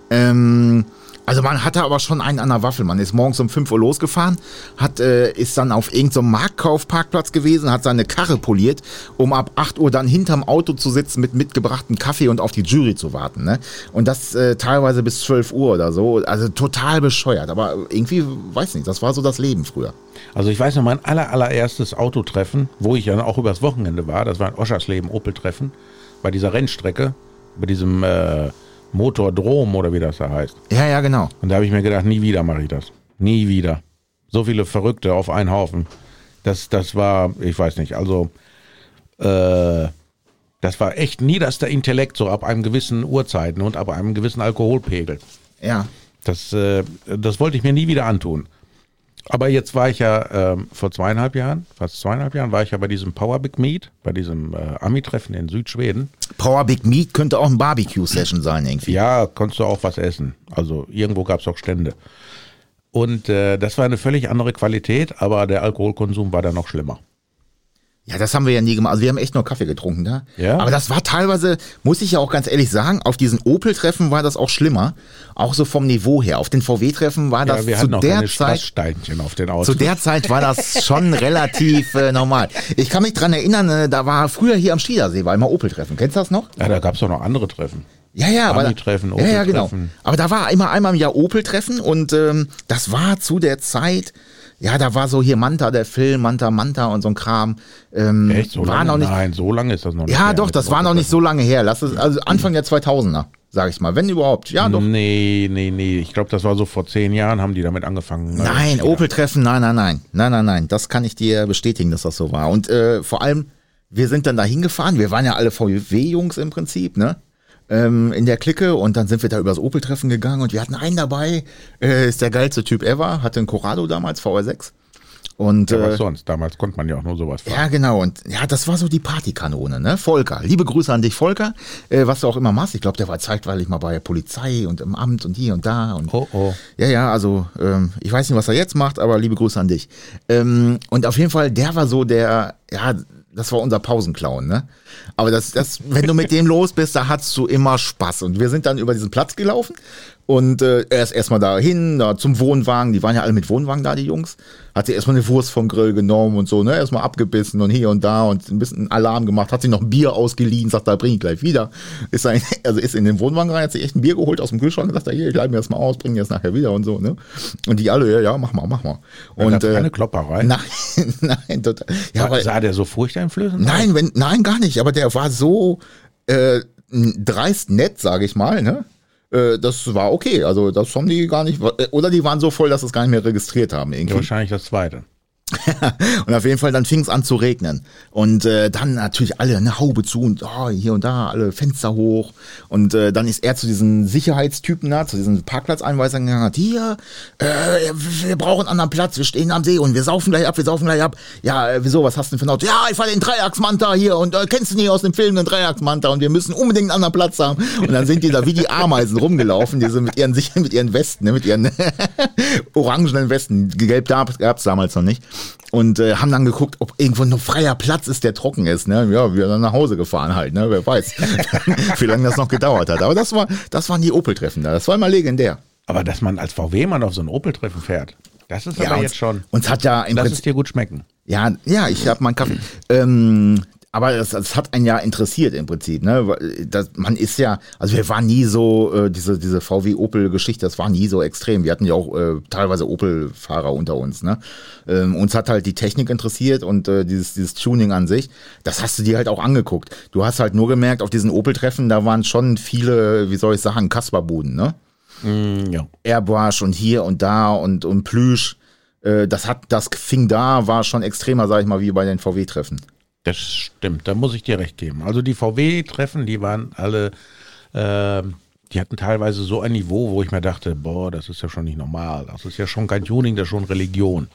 C: Ähm, also man hatte aber schon einen an der Waffel. Man ist morgens um 5 Uhr losgefahren, hat, äh, ist dann auf irgendeinem Marktkaufparkplatz gewesen, hat seine Karre poliert, um ab 8 Uhr dann hinterm Auto zu sitzen mit mitgebrachten Kaffee und auf die Jury zu warten. Ne? Und das äh, teilweise bis 12 Uhr oder so. Also total bescheuert. Aber irgendwie, weiß nicht, das war so das Leben früher.
B: Also ich weiß noch, mein aller, allererstes Autotreffen, wo ich ja auch übers Wochenende war, das war ein Oschersleben Opel-Treffen, bei dieser Rennstrecke, bei diesem äh, Motordrom oder wie das da heißt.
C: Ja, ja, genau.
B: Und da habe ich mir gedacht, nie wieder mache ich das. Nie wieder. So viele Verrückte auf einen Haufen. Das, das war, ich weiß nicht, also äh, das war echt niederster Intellekt, so ab einem gewissen Uhrzeiten und ab einem gewissen Alkoholpegel.
C: Ja.
B: Das, äh, das wollte ich mir nie wieder antun. Aber jetzt war ich ja ähm, vor zweieinhalb Jahren, fast zweieinhalb Jahren, war ich ja bei diesem Power Big Meet, bei diesem äh, Ami-Treffen in Südschweden.
C: Power Big Meat könnte auch ein Barbecue-Session sein irgendwie.
B: Ja, konntest du auch was essen. Also irgendwo gab es auch Stände. Und äh, das war eine völlig andere Qualität, aber der Alkoholkonsum war da noch schlimmer.
C: Ja, das haben wir ja nie gemacht. Also wir haben echt nur Kaffee getrunken da.
B: Ja.
C: Aber das war teilweise, muss ich ja auch ganz ehrlich sagen, auf diesen Opel-Treffen war das auch schlimmer. Auch so vom Niveau her. Auf den VW-Treffen war das
B: ja, wir
C: zu
B: hatten auch
C: der
B: keine
C: Zeit.
B: Strasssteinchen auf den Autos.
C: Zu der Zeit war das schon relativ äh, normal. Ich kann mich dran erinnern, äh, da war früher hier am Schiedersee, war immer Opel-Treffen. Kennst du das noch?
B: ja, da gab es auch noch andere Treffen.
C: Ja, ja, aber.
B: Ami-Treffen,
C: ja, ja, genau.
B: Opel-Treffen.
C: Aber da war immer einmal im Jahr Opel-Treffen und ähm, das war zu der Zeit, ja, da war so hier Manta, der Film, Manta, Manta und so ein Kram. Ähm,
B: Echt? So
C: war
B: lange?
C: noch nicht,
B: Nein, so lange ist das noch nicht.
C: Ja,
B: her
C: doch,
B: mit
C: das
B: dem
C: war noch nicht
B: Autotreffen.
C: so lange her. Lass es, also Anfang der 2000er, sag ich mal, wenn überhaupt. Ja, doch.
B: Nee, nee, nee. Ich glaube, das war so vor zehn Jahren, haben die damit angefangen.
C: Nein, Opel-Treffen, nein, nein, nein. Nein, nein, nein. Das kann ich dir bestätigen, dass das so war. Und äh, vor allem, wir sind dann da hingefahren. Wir waren ja alle VW-Jungs im Prinzip, ne? Ähm, in der Clique und dann sind wir da übers Opel-Treffen gegangen und wir hatten einen dabei, äh, ist der geilste Typ ever, hatte einen Corrado damals, VR6. Und
B: Ja,
C: äh,
B: was sonst? Damals konnte man ja auch nur sowas fahren.
C: Ja, genau. Und ja, das war so die Partykanone, ne? Volker. Liebe Grüße an dich, Volker. Äh, was du auch immer machst. Ich glaube, der war zeitweilig mal bei der Polizei und im Amt und hier und da. Und
B: Oh, oh.
C: Ja, ja, also ähm, ich weiß nicht, was er jetzt macht, aber liebe Grüße an dich. Ähm, und auf jeden Fall, der war so der, ja, das war unser Pausenclown, ne? Aber das, das, wenn du mit dem los bist, da hast du immer Spaß. Und wir sind dann über diesen Platz gelaufen und äh, er ist erstmal dahin, da zum Wohnwagen, die waren ja alle mit Wohnwagen da, die Jungs. Hat sie erstmal eine Wurst vom Grill genommen und so, ne? Erstmal abgebissen und hier und da und ein bisschen Alarm gemacht, hat sie noch ein Bier ausgeliehen, sagt, da bring ich gleich wieder. Ist ein, also ist in den Wohnwagen rein, hat sie echt ein Bier geholt aus dem Kühlschrank und sagt, hier, ich leite mir das mal aus, bring dir das nachher wieder und so, ne? Und die alle, ja, ja, mach mal, mach mal. Und
B: das ist keine ne?
C: äh,
B: Klopperei.
C: nein, nein, total. Ja, aber,
B: sah der so furchteinflößend? aus?
C: nein, wenn, nein, gar nicht, aber der war so äh, n- dreist nett, sage ich mal, ne? Äh, Das war äh, okay, also das haben die gar nicht, oder die waren so voll, dass sie es gar nicht mehr registriert haben.
B: Ja,
C: Irgendwie.
B: wahrscheinlich das zweite.
C: Und auf jeden Fall, dann fing es an zu regnen. Und äh, dann natürlich alle eine Haube zu und oh, hier und da, alle Fenster hoch. Und äh, dann ist er zu diesen Sicherheitstypen da, zu diesen Parkplatzeinweisern gegangen, hat hier, äh, wir brauchen einen anderen Platz, wir stehen am See und wir saufen gleich ab, wir saufen gleich ab. Ja, äh, wieso, was hast du denn für ein Auto? Ja, ich fahre den Dreiachsmanta hier und äh, kennst du nicht aus dem Film den Dreiachsmanta und wir müssen unbedingt einen anderen Platz haben. Und dann sind die da wie die Ameisen rumgelaufen, diese mit ihren Sichern, mit ihren Westen, ne, mit ihren orangenen Westen. Gelb gab es damals noch nicht und äh, haben dann geguckt, ob irgendwo noch freier Platz ist, der trocken ist. Ne? Ja, wir dann nach Hause gefahren halt, ne? wer weiß, wie lange das noch gedauert hat. Aber das, war, das waren die Opel-Treffen da, das war immer legendär.
B: Aber dass man als VW-Mann auf so ein Opel-Treffen fährt, das ist aber
C: uns,
B: jetzt schon.
C: Uns hat ja im
B: Lass es
C: Prinzip,
B: dir gut schmecken.
C: ja, ja, ich habe meinen Kaffee. Ähm, aber das, das hat einen ja interessiert im Prinzip, ne? Weil, Das, man ist ja, also wir waren nie so, äh, diese, diese VW-Opel-Geschichte, das war nie so extrem. Wir hatten ja auch äh, teilweise Opel-Fahrer unter uns, ne? Ähm, uns hat halt die Technik interessiert und äh, dieses, dieses Tuning an sich, das hast du dir halt auch angeguckt. Du hast halt nur gemerkt, auf diesen Opel-Treffen, da waren schon viele, wie soll ich sagen, Kasperbuden, ne?
B: Mm, ja.
C: Airbrush und hier und da und, und Plüsch. Äh, Das hat, das fing da, war schon extremer, sag ich mal, wie bei den VW-Treffen.
B: Das stimmt, da muss ich dir recht geben. Also die VW-Treffen, die waren alle, ähm, die hatten teilweise so ein Niveau, wo ich mir dachte, boah, das ist ja schon nicht normal. Das ist ja schon kein Tuning, das ist schon Religion.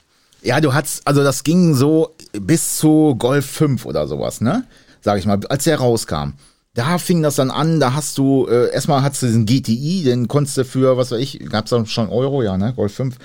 C: Ja, du hattest, also das ging so bis zu Golf 5 oder sowas, ne? Sag ich mal, als der rauskam. Da fing das dann an, da hast du, äh, erstmal hattest du diesen GTI, den konntest du für, was weiß ich, gab's da schon Euro, ja, ne? Golf Ähm, 5.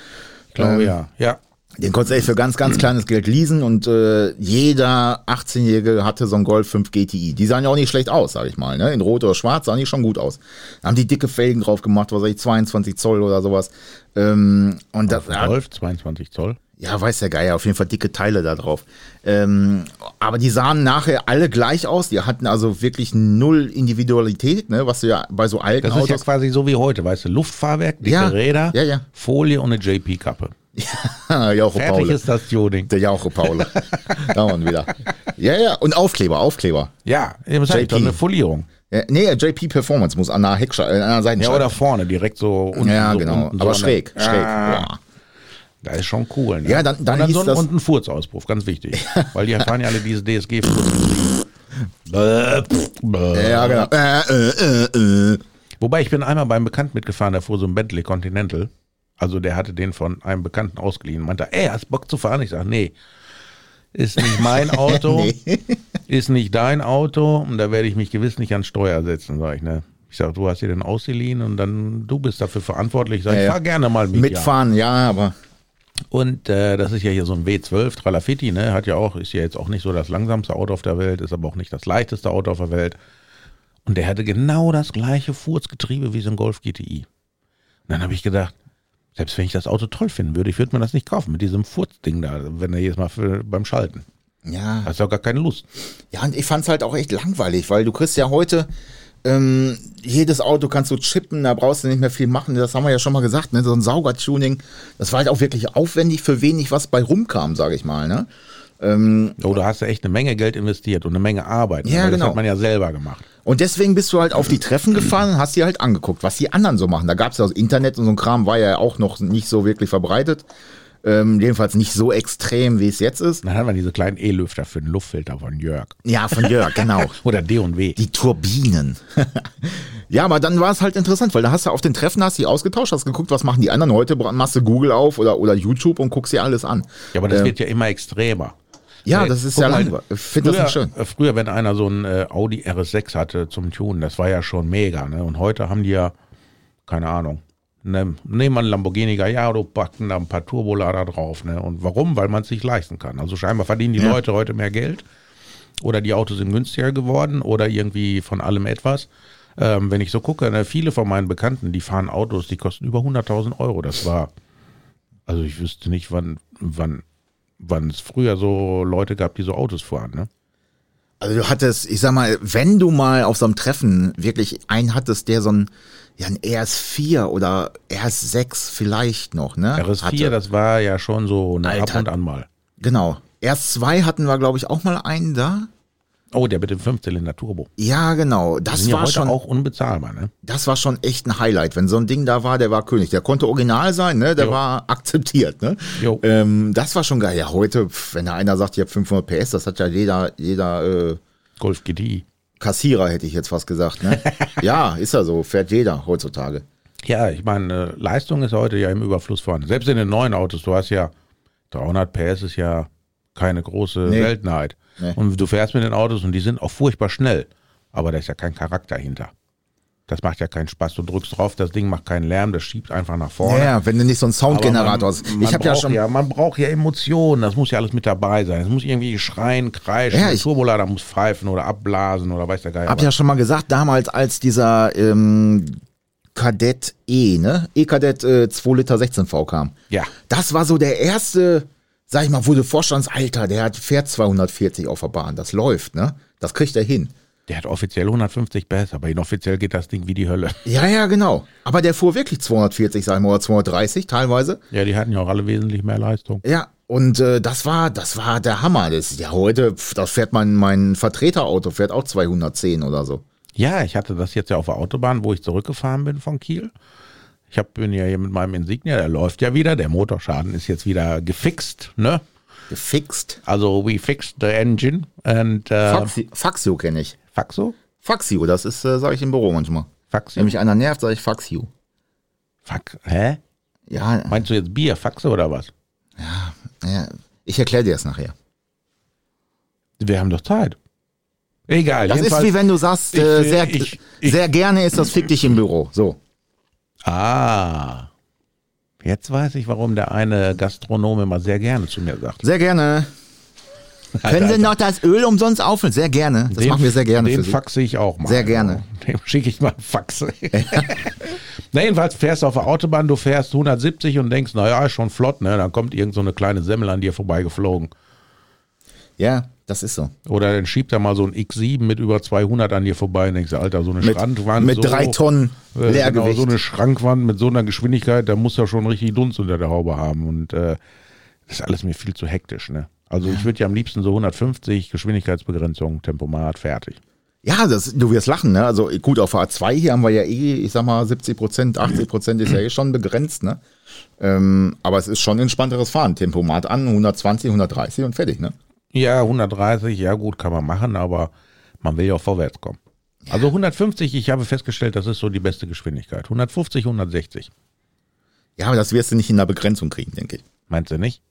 B: Ich glaube ja. Ähm, Ja.
C: Den konntest du echt für ganz,
B: Mhm.
C: ganz kleines Geld leasen und äh, jeder 18-Jährige hatte so einen Golf 5 GTI. Die sahen ja auch nicht schlecht aus, sag ich mal. Ne? In Rot oder Schwarz sahen die schon gut aus. Da haben die dicke Felgen drauf gemacht, was weiß ich, 22 Zoll oder sowas. Ähm, und das, ja,
B: Golf, 22 Zoll.
C: ja, weiß der Geier, auf jeden Fall dicke Teile da drauf. Ähm, aber die sahen nachher alle gleich aus. Die hatten also wirklich null Individualität, ne? was du ja bei so alten
B: Genau Das ist ja
C: Autos
B: quasi so wie heute, weißt du, Luftfahrwerk, dicke
C: Ja,
B: Räder,
C: ja, ja.
B: Folie und eine JP-Kappe.
C: ja, Jauche
B: Fertig
C: Paule.
B: ist das Tuning.
C: Der Jauche Paule. da waren wir wieder. Ja, ja, und Aufkleber, Aufkleber.
B: Ja, eben sag ich,
C: JP.
B: doch eine Folierung.
C: Ja, nee, JP Performance muss an einer Heckscheibe, an einer
B: Ja,
C: Seitenscheibe.
B: oder vorne, direkt so unten.
C: ja
B: so
C: genau,
B: unten, so
C: aber
B: an der-
C: schräg, schräg. Ja.
B: Da ist schon cool. Ne?
C: Ja, dann- dann
B: und dann
C: hieß
B: so ein,
C: das-
B: und ein Furzauspuff, ganz wichtig. weil die erfahren ja alle diese DSG-Furz. Bäh, pff, bäh.
C: Ja, genau. Äh, äh, äh, äh.
B: Wobei ich bin einmal beim Bekannten mitgefahren, der fuhr so ein Bentley Continental. Also der hatte den von einem Bekannten ausgeliehen. Meinte, ey, hast Bock zu fahren? Ich sag, nee. Ist nicht mein Auto, ist nicht dein Auto und da werde ich mich gewiss nicht ans Steuer setzen, sag ich, ne? Ich sag, du hast dir den ausgeliehen und dann du bist dafür verantwortlich. Ich sag,
C: Ja,
B: ich
C: ja.
B: fahr gerne mal mit. ja.
C: Mitfahren, ja, aber
B: Und äh, das ist ja hier so ein W12 Tralafitti, ne? Hat ja auch, ist ja jetzt auch nicht so das langsamste Auto auf der Welt, ist aber auch nicht das leichteste Auto auf der Welt. Und der hatte genau das gleiche Furzgetriebe wie so ein Golf GTI. Und dann habe ich gedacht, selbst wenn ich das Auto toll finden würde, ich würde mir das nicht kaufen mit diesem Furzding da, wenn er jedes Mal für, beim Schalten.
C: ja.
B: Hast du ja gar keine Lust.
C: Ja, und ich fand's halt auch echt langweilig, weil du kriegst ja heute ähm, jedes Auto kannst du chippen, da brauchst du nicht mehr viel machen. Das haben wir ja schon mal gesagt, ne? so ein Saugertuning. Das war halt auch wirklich aufwendig für wenig, was bei rumkam, sage ich mal. Ne?
B: Oder hast du echt eine Menge Geld investiert und eine Menge Arbeit. ne?
C: Ja,
B: weil Das
C: genau.
B: hat man ja selber gemacht.
C: Und deswegen bist du halt auf die Treffen gefahren und hast dir halt angeguckt, was die anderen so machen. Da gab's ja das Internet und so ein Kram war ja auch noch nicht so wirklich verbreitet. Ähm, jedenfalls nicht so extrem, wie es jetzt ist.
B: Dann hatten wir diese kleinen E-Lüfter für den Luftfilter von Jörg.
C: Ja, von Jörg, genau.
B: Oder D&W.
C: Die Turbinen. ja, aber dann war es halt interessant, weil da hast du auf den Treffen hast du die ausgetauscht, hast geguckt, was machen die anderen heute, bra- machst du Google auf oder, oder YouTube und guckst dir alles an.
B: Ja, aber das
C: Ähm,
B: wird ja immer extremer.
C: ja,
B: Ey,
C: das ist
B: guck
C: ja
B: mal,
C: langweilig. Ich finde das
B: früher-
C: nicht schön.
B: äh, Früher, wenn einer so ein äh, Audi RS6 hatte zum Tunen, das war ja schon mega. Ne? Und heute haben die ja, keine Ahnung, ne, nehmen wir einen Lamborghini Gallardo, packen da ein paar Turbolader drauf. Ne? Und warum? Weil man es sich leisten kann. Also scheinbar verdienen die
C: Ja.
B: Leute heute mehr Geld oder die Autos sind günstiger geworden oder irgendwie von allem etwas. Ähm, wenn ich so gucke, ne, viele von meinen Bekannten, die fahren Autos, die kosten über 100.000 Euro. Das war, also ich wüsste nicht, wann, wann, wann es früher so Leute gab, die so Autos fahren. Ne?
C: Also du hattest, ich sag mal, wenn du mal auf so einem Treffen wirklich einen hattest, der so ein, ja, ein RS4 oder RS6 vielleicht noch, ne?
B: RS4,
C: hatte.
B: das war ja schon so ne, ab
C: Alter.
B: und an mal.
C: Genau. RS2 hatten wir, glaube ich, auch mal einen da.
B: Oh, der mit dem Fünfzylinder Turbo.
C: Ja, genau.
B: Die
C: Das
B: sind ja
C: war
B: heute
C: schon
B: auch unbezahlbar, ne?
C: das war schon echt ein Highlight. Wenn so ein Ding da war, der war König. Der konnte original sein, ne? der
B: Jo.
C: war akzeptiert. Ne?
B: Jo.
C: Ähm, das war schon geil. Ja, heute, pf, wenn da einer sagt, ich habe 500 PS, das hat ja jeder, jeder äh,
B: Golf GTI.
C: Kassierer, hätte ich jetzt fast gesagt. Ne? ja, ist ja so, fährt jeder heutzutage.
B: Ja, ich meine, äh, Leistung ist heute ja im Überfluss vorhanden. Selbst in den neuen Autos, du hast ja 300 PS ist ja keine große
C: Nee.
B: Seltenheit.
C: Nee.
B: Und du fährst mit den Autos und die sind auch furchtbar schnell. Aber da ist ja kein Charakter hinter. Das macht ja keinen Spaß. Du drückst drauf, das Ding macht keinen Lärm, das schiebt einfach nach vorne.
C: Ja, wenn du nicht so einen
B: Aber
C: Soundgenerator hast.
B: Man, man
C: Ich habe ja
B: braucht
C: schon. Ja.
B: Man braucht ja Emotionen, das muss ja alles mit dabei sein. Es muss irgendwie schreien, kreischen,
C: Ja,
B: der
C: ich-
B: Turbolader muss pfeifen oder abblasen oder weiß der Geier.
C: Hab
B: was.
C: ja schon mal gesagt, damals als dieser ähm, Kadett E, ne? E-Kadett äh, 2 Liter 16 V kam.
B: Ja.
C: Das war so der erste, sag ich mal, wo du vorstandst, Alter, der hat, fährt 240 auf der Bahn. Das läuft, ne? Das kriegt er hin.
B: der hat offiziell 150 PS, aber inoffiziell geht das Ding wie die Hölle.
C: Ja, ja, genau. Aber der fuhr wirklich 240, sag ich mal, oder 230 teilweise.
B: Ja, die hatten ja auch alle wesentlich mehr Leistung.
C: Ja, und äh, das war, das war der Hammer. Das ist ja heute, pf, das fährt mein, mein Vertreterauto, fährt auch 210 oder so.
B: Ja, ich hatte das jetzt ja auf der Autobahn, wo ich zurückgefahren bin von Kiel. Ich hab, bin ja hier mit meinem Insignia, der läuft ja wieder. Der Motorschaden ist jetzt wieder gefixt, ne?
C: Gefixt.
B: Also, we fixed the engine. And, äh,
C: Faxi, Faxio kenne ich.
B: Faxo?
C: Faxio, das ist, äh, sage ich im Büro manchmal.
B: Faxi?
C: Wenn mich einer nervt, sage ich Faxio.
B: Fax? Hä?
C: Ja,
B: Meinst du jetzt Bier, Faxe oder was?
C: ja ich erkläre dir das nachher.
B: Wir haben doch Zeit. Egal.
C: Das ist
B: jedenfalls-
C: wie wenn du sagst,
B: Ich,
C: äh,
B: äh,
C: sehr,
B: ich- ich-
C: sehr gerne ist das fick dich im Büro. So.
B: ah. Jetzt weiß ich, warum der eine Gastronom immer sehr gerne zu mir sagt.
C: Sehr gerne. Können Sie noch das Öl umsonst auffüllen? Sehr gerne. Das machen wir sehr gerne
B: Den
C: für Sie.
B: faxe ich auch mal. Also,
C: Sehr gerne.
B: Dem schicke ich mal einen Fax. Na, jedenfalls fährst du auf der Autobahn, du fährst 170 und denkst, naja, ist schon flott, ne? Dann kommt irgend so eine kleine Semmel an dir vorbeigeflogen.
C: Ja, das ist so.
B: Oder dann schiebt er mal so ein X7 mit über 200 an dir vorbei und denkst, Alter, so eine
C: Mit,
B: Strandwand.
C: mit
B: so,
C: drei Tonnen
B: Äh, Genau,
C: Leergewicht.
B: so eine Schrankwand mit so einer Geschwindigkeit, da muss ja schon richtig Dunst unter der Haube haben. Und äh, das ist alles mir viel zu hektisch, ne? Also ich würde ja am liebsten so 150 Geschwindigkeitsbegrenzung, Tempomat, fertig.
C: ja, das, du wirst lachen, ne? Also gut, auf der A2 hier haben wir ja eh, ich sag mal, 70 Prozent, 80 Prozent ist ja eh schon begrenzt, ne? Ähm, aber es ist schon entspannteres Fahren. Tempomat an, 120, 130 und fertig, ne?
B: Ja, 130, ja gut, kann man machen, aber man will ja auch vorwärts kommen. Also 150, ich habe festgestellt, das ist so die beste Geschwindigkeit. 150, 160.
C: Ja, aber das wirst du nicht in der Begrenzung kriegen, denke ich.
B: Meinst du nicht?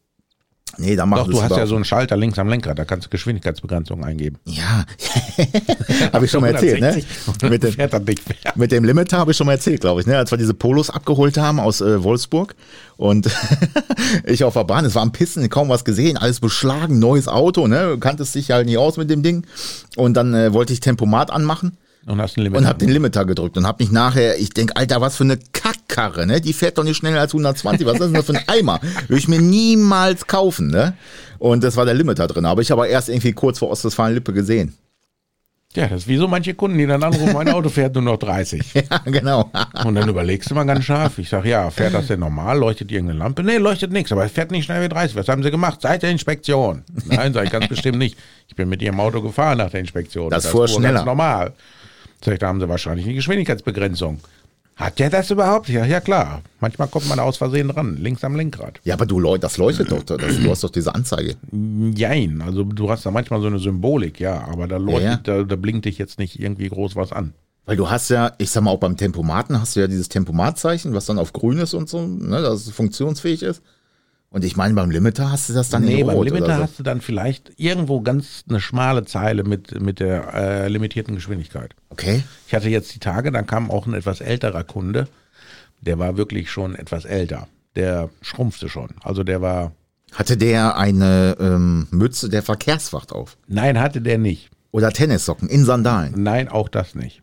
C: Nee, da
B: Doch,
C: machen
B: du hast ja so einen Schalter links am Lenkrad, da kannst du Geschwindigkeitsbegrenzung eingeben.
C: Ja, habe ich schon mal erzählt, ne?
B: 160.
C: Mit dem,
B: Fährt er nicht mehr.
C: mit dem Limiter habe ich schon mal erzählt, glaube ich, ne? Als wir diese Polos abgeholt haben aus äh, Wolfsburg und ich auf der Bahn, es war am Pissen, kaum was gesehen, alles beschlagen, neues Auto, ne? Kanntest dich halt nicht aus mit dem Ding. Und dann äh, wollte ich Tempomat anmachen
B: Und hast ein Limit.
C: und habe den Limiter gedrückt und habe mich nachher, ich denk, Alter, was für eine Kackkarre, ne? Die fährt doch nicht schneller als 120. Was ist denn das für ein Eimer? Würde ich mir niemals kaufen, ne? Und das war der Limiter drin. Habe ich aber erst irgendwie kurz vor Ostwestfalen-Lippe gesehen.
B: ja, das ist wie so manche Kunden, die dann anrufen, mein Auto fährt nur noch 30.
C: Ja, genau.
B: Und dann überlegst du mal ganz scharf. Ich sag, ja, fährt das denn normal? Leuchtet irgendeine Lampe? Nee, leuchtet nichts, aber es fährt nicht schnell wie 30. Was haben sie gemacht? Seit der Inspektion. Nein, sag ich ganz bestimmt nicht. Ich bin mit ihrem Auto gefahren nach der Inspektion.
C: Das fuhr
B: ganz
C: schneller.
B: normal. Sag ich, da haben sie wahrscheinlich eine Geschwindigkeitsbegrenzung. Hat der das überhaupt? Ja, ja klar. Manchmal kommt man aus Versehen dran, links am Lenkrad.
C: Ja, aber du, Leute, das leuchtet doch. Das, du hast doch diese Anzeige.
B: Jein, also du hast da manchmal so eine Symbolik, ja, aber da leuchtet, Da, da blinkt dich jetzt nicht irgendwie groß was an.
C: Weil du hast ja, ich sag mal, auch beim Tempomaten hast du ja dieses Tempomatzeichen, was dann auf grün ist und so, ne, dass es funktionsfähig ist. Und ich meine, beim Limiter hast du das dann
B: Nee,
C: in
B: beim
C: Rot
B: Limiter
C: oder so.
B: hast du dann vielleicht irgendwo ganz eine schmale Zeile mit, mit der äh, limitierten Geschwindigkeit.
C: Okay.
B: Ich hatte jetzt die Tage, dann kam auch ein etwas älterer Kunde, der war wirklich schon etwas älter. Der schrumpfte schon. Also der war,
C: Hatte der eine ähm, Mütze der Verkehrswacht auf?
B: nein, hatte der nicht.
C: Oder Tennissocken in Sandalen?
B: Nein, auch das nicht.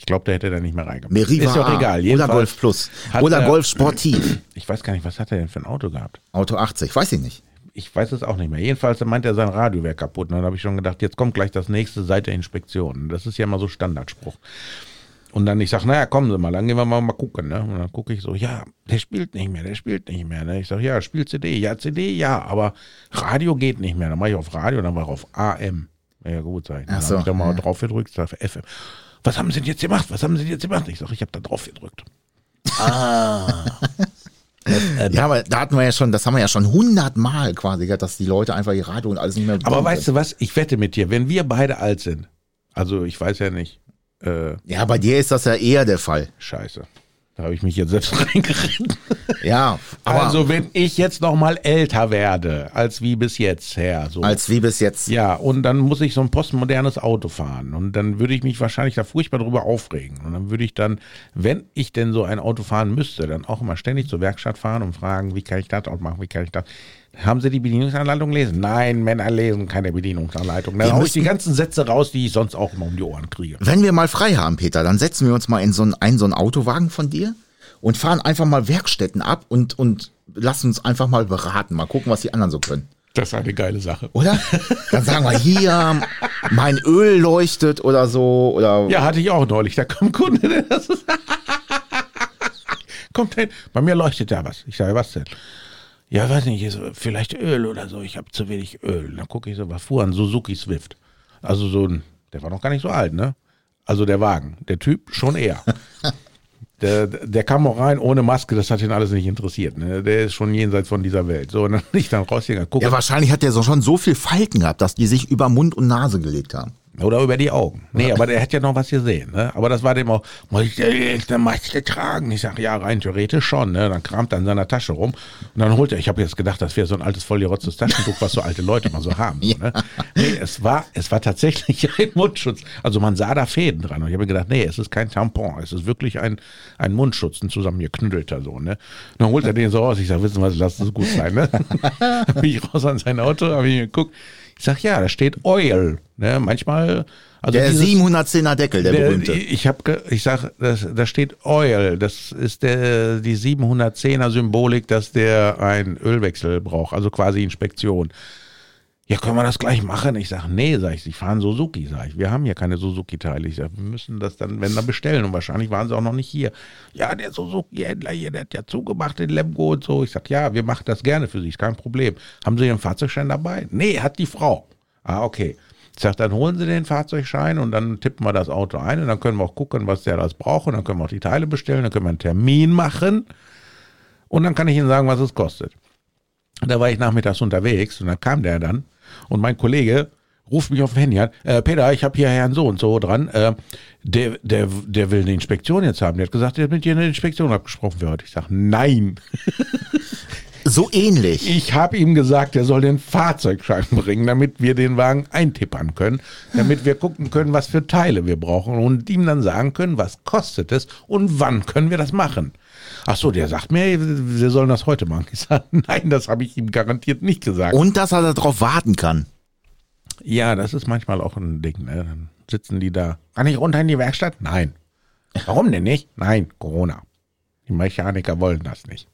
B: Ich glaube, der hätte da nicht mehr reingemacht.
C: Meriva
B: Ist doch
C: A
B: egal.
C: oder
B: Jedenfalls
C: Golf Plus.
B: hat
C: Oder
B: er-
C: Golf Sportiv.
B: Ich weiß gar nicht, was hat er denn für ein Auto gehabt?
C: Auto 80, weiß ich nicht.
B: Ich weiß es auch nicht mehr. Jedenfalls meinte er, sein Radio wäre kaputt. Und dann habe ich schon gedacht, jetzt kommt gleich das nächste seit der Inspektion. Das ist ja mal so Standardspruch. Und dann ich sage, naja, kommen Sie mal, dann gehen wir mal, mal gucken. Ne? Und dann gucke ich so, ja, der spielt nicht mehr, der spielt nicht mehr. Ne? Ich sage, ja, spielt CD, ja, CD, ja, aber Radio geht nicht mehr. Dann mache ich auf Radio, dann mache ich auf AM. Ja, gut sein.
C: Ach
B: Dann
C: so,
B: habe ich da mal
C: ja.
B: drauf gedrückt, sag, FM. Was haben sie denn jetzt gemacht? Was haben sie denn jetzt gemacht? Ich sage, ich habe da drauf gedrückt. Äh,
C: Ja, aber da hatten wir ja schon, das haben wir ja schon hundertmal quasi gehabt, dass die Leute einfach ihr Radio und alles nicht mehr.
B: Aber weißt du was? Ich wette mit dir, wenn wir beide alt sind, also ich weiß ja nicht, äh,
C: Ja, bei dir ist das ja eher der Fall.
B: scheiße. Da habe ich mich jetzt selbst reingeritten.
C: Ja, aber
B: also wenn ich jetzt noch mal älter werde, als wie bis jetzt her, so.
C: als wie bis jetzt.
B: ja, und dann muss ich so ein postmodernes Auto fahren. Und dann würde ich mich wahrscheinlich da furchtbar drüber aufregen. Und dann würde ich dann, wenn ich denn so ein Auto fahren müsste, dann auch immer ständig zur Werkstatt fahren und fragen, wie kann ich das auch machen, wie kann ich das. Haben Sie die Bedienungsanleitung gelesen? Nein, Männer lesen keine Bedienungsanleitung. Dann
C: Wir
B: hau ich die
C: müssen-
B: ganzen Sätze raus, die ich sonst auch immer um die Ohren kriege.
C: Wenn wir mal frei haben, Peter, dann setzen wir uns mal in so einen, einen, so einen Autowagen von dir und fahren einfach mal Werkstätten ab und, und lassen uns einfach mal beraten, mal gucken, was die anderen so können.
B: Das ist eine geile Sache.
C: Oder? Dann sagen wir hier, mein Öl leuchtet oder so. Oder
B: Ja, hatte ich auch neulich. Da kommt ein Kunde, der das ist. kommt hin. Bei mir leuchtet da was. Ich sage, was denn? Ja, weiß nicht, ist vielleicht Öl oder so. Ich habe zu wenig Öl. Dann gucke ich so, was fuhr an? Suzuki Swift. Also so ein, der war noch gar nicht so alt, ne? Also der Wagen, der Typ schon eher. Der, der kam auch rein ohne Maske, das hat ihn alles nicht interessiert. Ne? Der ist schon jenseits von dieser Welt. So, und dann bin ich dann rausgegangen, gucke.
C: Ja, wahrscheinlich hat der so schon so viel Falten gehabt, dass die sich über Mund und Nase gelegt haben.
B: Oder über die Augen. Nee, aber der hat ja noch was gesehen. Ne? Aber das war dem auch, muss ich denn jetzt eine Maske tragen? Ich sage, ja, rein theoretisch schon. Ne? Dann kramt er in seiner Tasche rum und dann holt er, ich habe jetzt gedacht, das wäre so ein altes, vollgerotztes Taschentuch, was so alte Leute mal so haben. So, ne? Nee, es war, es war tatsächlich ein Mundschutz. Also man sah da Fäden dran und ich habe mir gedacht, nee, es ist kein Tampon, es ist wirklich ein, ein Mundschutz, ein zusammengeknüttelter so. Ne? Und dann holt er den so raus. Ich sage, wissen Sie was, lasst es gut sein. Ne? Dann bin ich raus an sein Auto, habe ich geguckt. Ich sag ja, da steht Oil. Ne? Manchmal, also
C: Der
B: dieses-
C: 710er Deckel, der,
B: der,
C: berühmte.
B: ich habe, ich sag, das, da steht Oil. Das ist der die 710er Symbolik, dass der einen Ölwechsel braucht, also quasi Inspektion. Ja, können wir das gleich machen? Ich sag, nee, sag ich, sie fahren Suzuki, sag ich. Wir haben hier keine Suzuki-Teile. Ich sag, wir müssen das dann, wenn dann bestellen. Und wahrscheinlich waren sie auch noch nicht hier. Ja, der Suzuki-Händler hier, der hat ja zugemacht, den Lemgo und so. Ich sag, ja, wir machen das gerne für sie, ist kein Problem. Haben sie ihren Fahrzeugschein dabei? Nee, hat die Frau. Ah, okay. Ich sag, dann holen sie den Fahrzeugschein und dann tippen wir das Auto ein und dann können wir auch gucken, was der das braucht. Und dann können wir auch die Teile bestellen, dann können wir einen Termin machen. Und dann kann ich Ihnen sagen, was es kostet. Da war ich nachmittags unterwegs und dann kam der dann und mein Kollege ruft mich auf dem Handy an, äh, Peter, ich habe hier Herrn so und so dran, äh, der, der, der will eine Inspektion jetzt haben. Der hat gesagt, der hat mit dir eine Inspektion abgesprochen für heute. Ich sage, nein.
C: so ähnlich.
B: Ich habe ihm gesagt, er soll den Fahrzeugschein bringen, damit wir den Wagen eintippern können, damit wir gucken können, was für Teile wir brauchen und ihm dann sagen können, was kostet es und wann können wir das machen. Ach so, der sagt mir, wir sollen das heute machen. Ich sage, nein, das habe ich ihm garantiert nicht gesagt.
C: Und dass er darauf warten kann.
B: Ja, das ist manchmal auch ein Ding. Ne? Dann sitzen die da. Kann ich runter in die Werkstatt? Nein. Warum denn nicht? Nein, Corona. Die Mechaniker wollen das nicht.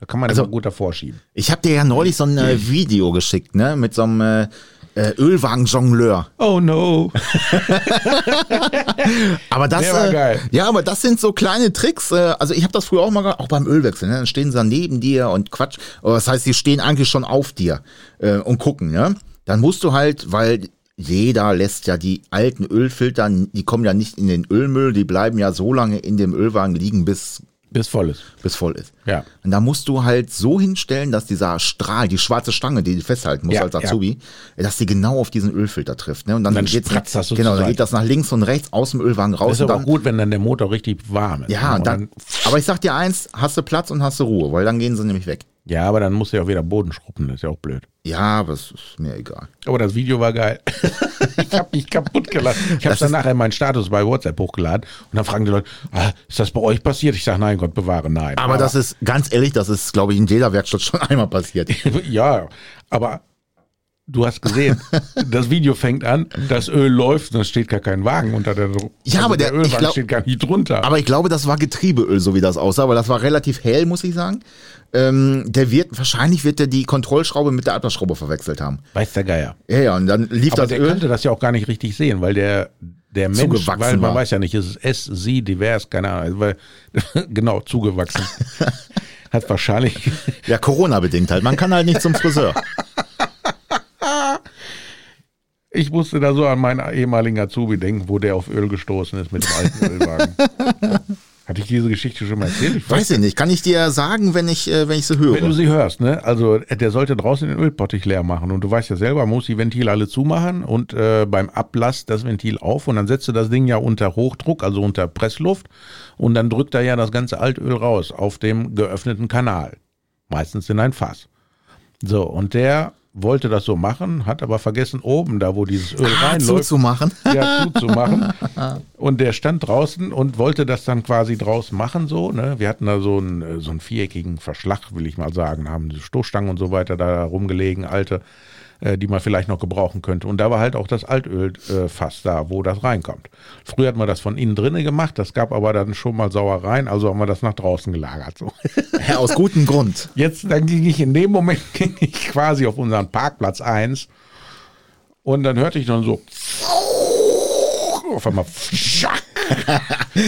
B: Da kann man also,
C: Also-
B: immer gut davor schieben.
C: Ich habe dir ja neulich so ein äh, Video geschickt, ne? Mit so einem äh, äh, Ölwagen-Jongleur.
B: Oh no.
C: Aber das,
B: Der war
C: äh,
B: geil.
C: ja, aber das sind so kleine Tricks. Äh, also ich habe das früher auch mal, gemacht, auch beim Ölwechsel. Ne? Dann stehen sie dann neben dir und Quatsch. Aber das heißt, die stehen eigentlich schon auf dir äh, und gucken. Ne? Dann musst du halt, weil jeder lässt ja die alten Ölfilter, die kommen ja nicht in den Ölmüll, die bleiben ja so lange in dem Ölwagen liegen, bis
B: Bis volles.
C: bis voll ist.
B: Ja.
C: Und da musst du halt so hinstellen, dass dieser Strahl, die schwarze Stange, die du festhalten musst
B: Ja,
C: als Azubi, dass die genau auf diesen Ölfilter trifft. Ne? Und dann,
B: Dann
C: geht's
B: spratzt das so
C: genau,
B: zur
C: dann
B: Seite.
C: geht das nach links und rechts aus dem Ölwagen raus.
B: Ist
C: und
B: aber
C: dann,
B: gut, wenn dann der Motor richtig warm ist.
C: Ja,
B: ne?
C: und Genau, dann, aber ich sag dir eins, hast du Platz und hast du Ruhe, weil dann gehen sie nämlich weg.
B: ja, aber dann muss ja auch wieder Boden schrubben, das ist ja auch blöd.
C: Ja, aber es ist mir egal.
B: Aber das Video war geil. ich habe mich kaputt gelassen. Ich habe
C: Das
B: dann
C: ist-
B: nachher meinen Status bei WhatsApp hochgeladen und dann fragen die Leute, ah, ist das bei euch passiert? Ich sage, nein, Gott bewahre, nein.
C: Aber das ist, ganz ehrlich, das ist, glaube ich, in jeder Werkstatt schon einmal passiert.
B: Ja, aber du hast gesehen, das Video fängt an, das Öl läuft, dann steht gar kein Wagen unter der also
C: Ja, aber der-
B: der Ölwagen
C: ich glaub-
B: steht gar nicht drunter.
C: Aber ich glaube, das war Getriebeöl, so wie das aussah, aber das war relativ hell, muss ich sagen. Ähm, der wird, wahrscheinlich wird der die Kontrollschraube mit der Ablassschraube verwechselt haben.
B: Weiß der Geier.
C: Ja, ja, und dann lief
B: Aber
C: das
B: der
C: Öl.
B: könnte das ja auch gar nicht richtig sehen, weil der der Mensch,
C: Zugewachsen
B: weil man
C: war.
B: weiß ja nicht, es ist es, sie, divers, keine Ahnung, weil, genau, zugewachsen. Hat wahrscheinlich,
C: Ja, Corona-bedingt halt. Man kann halt nicht zum Friseur.
B: Ich musste da so an meinen ehemaligen Azubi denken, wo der auf Öl gestoßen ist mit dem alten Ölwagen. Hatte ich diese Geschichte schon mal erzählt? Ich
C: Weiß ich nicht, kann ich dir sagen, wenn ich, äh, wenn ich sie höre?
B: Wenn du sie hörst, ne? Also äh, der sollte draußen den Ölbottich leer machen. Und du weißt ja selber, man muss die Ventile alle zumachen und äh, beim Ablass das Ventil auf und dann setzt du das Ding ja unter Hochdruck, also unter Pressluft, und dann drückt er ja das ganze Altöl raus auf dem geöffneten Kanal. Meistens in ein Fass. So, und der wollte das so machen, hat aber vergessen, oben da, wo dieses Öl
C: ah,
B: reinläuft,
C: zuzumachen.
B: ja, zuzumachen. Und der stand draußen und wollte das dann quasi draus machen, so. Ne? Wir hatten da so einen, äh, so einen viereckigen Verschlag, will ich mal sagen, haben diese Stoßstangen und so weiter da rumgelegen, alte, äh, die man vielleicht noch gebrauchen könnte. Und da war halt auch das Altölfass da, wo das reinkommt. Früher hat man das von innen drinnen gemacht, das gab aber dann schon mal Sauereien, also haben wir das nach draußen gelagert. So.
C: Ja, aus gutem Grund.
B: Jetzt, dann ging ich in dem Moment ging ich quasi auf unseren Parkplatz 1 und dann hörte ich dann so auf einmal schack,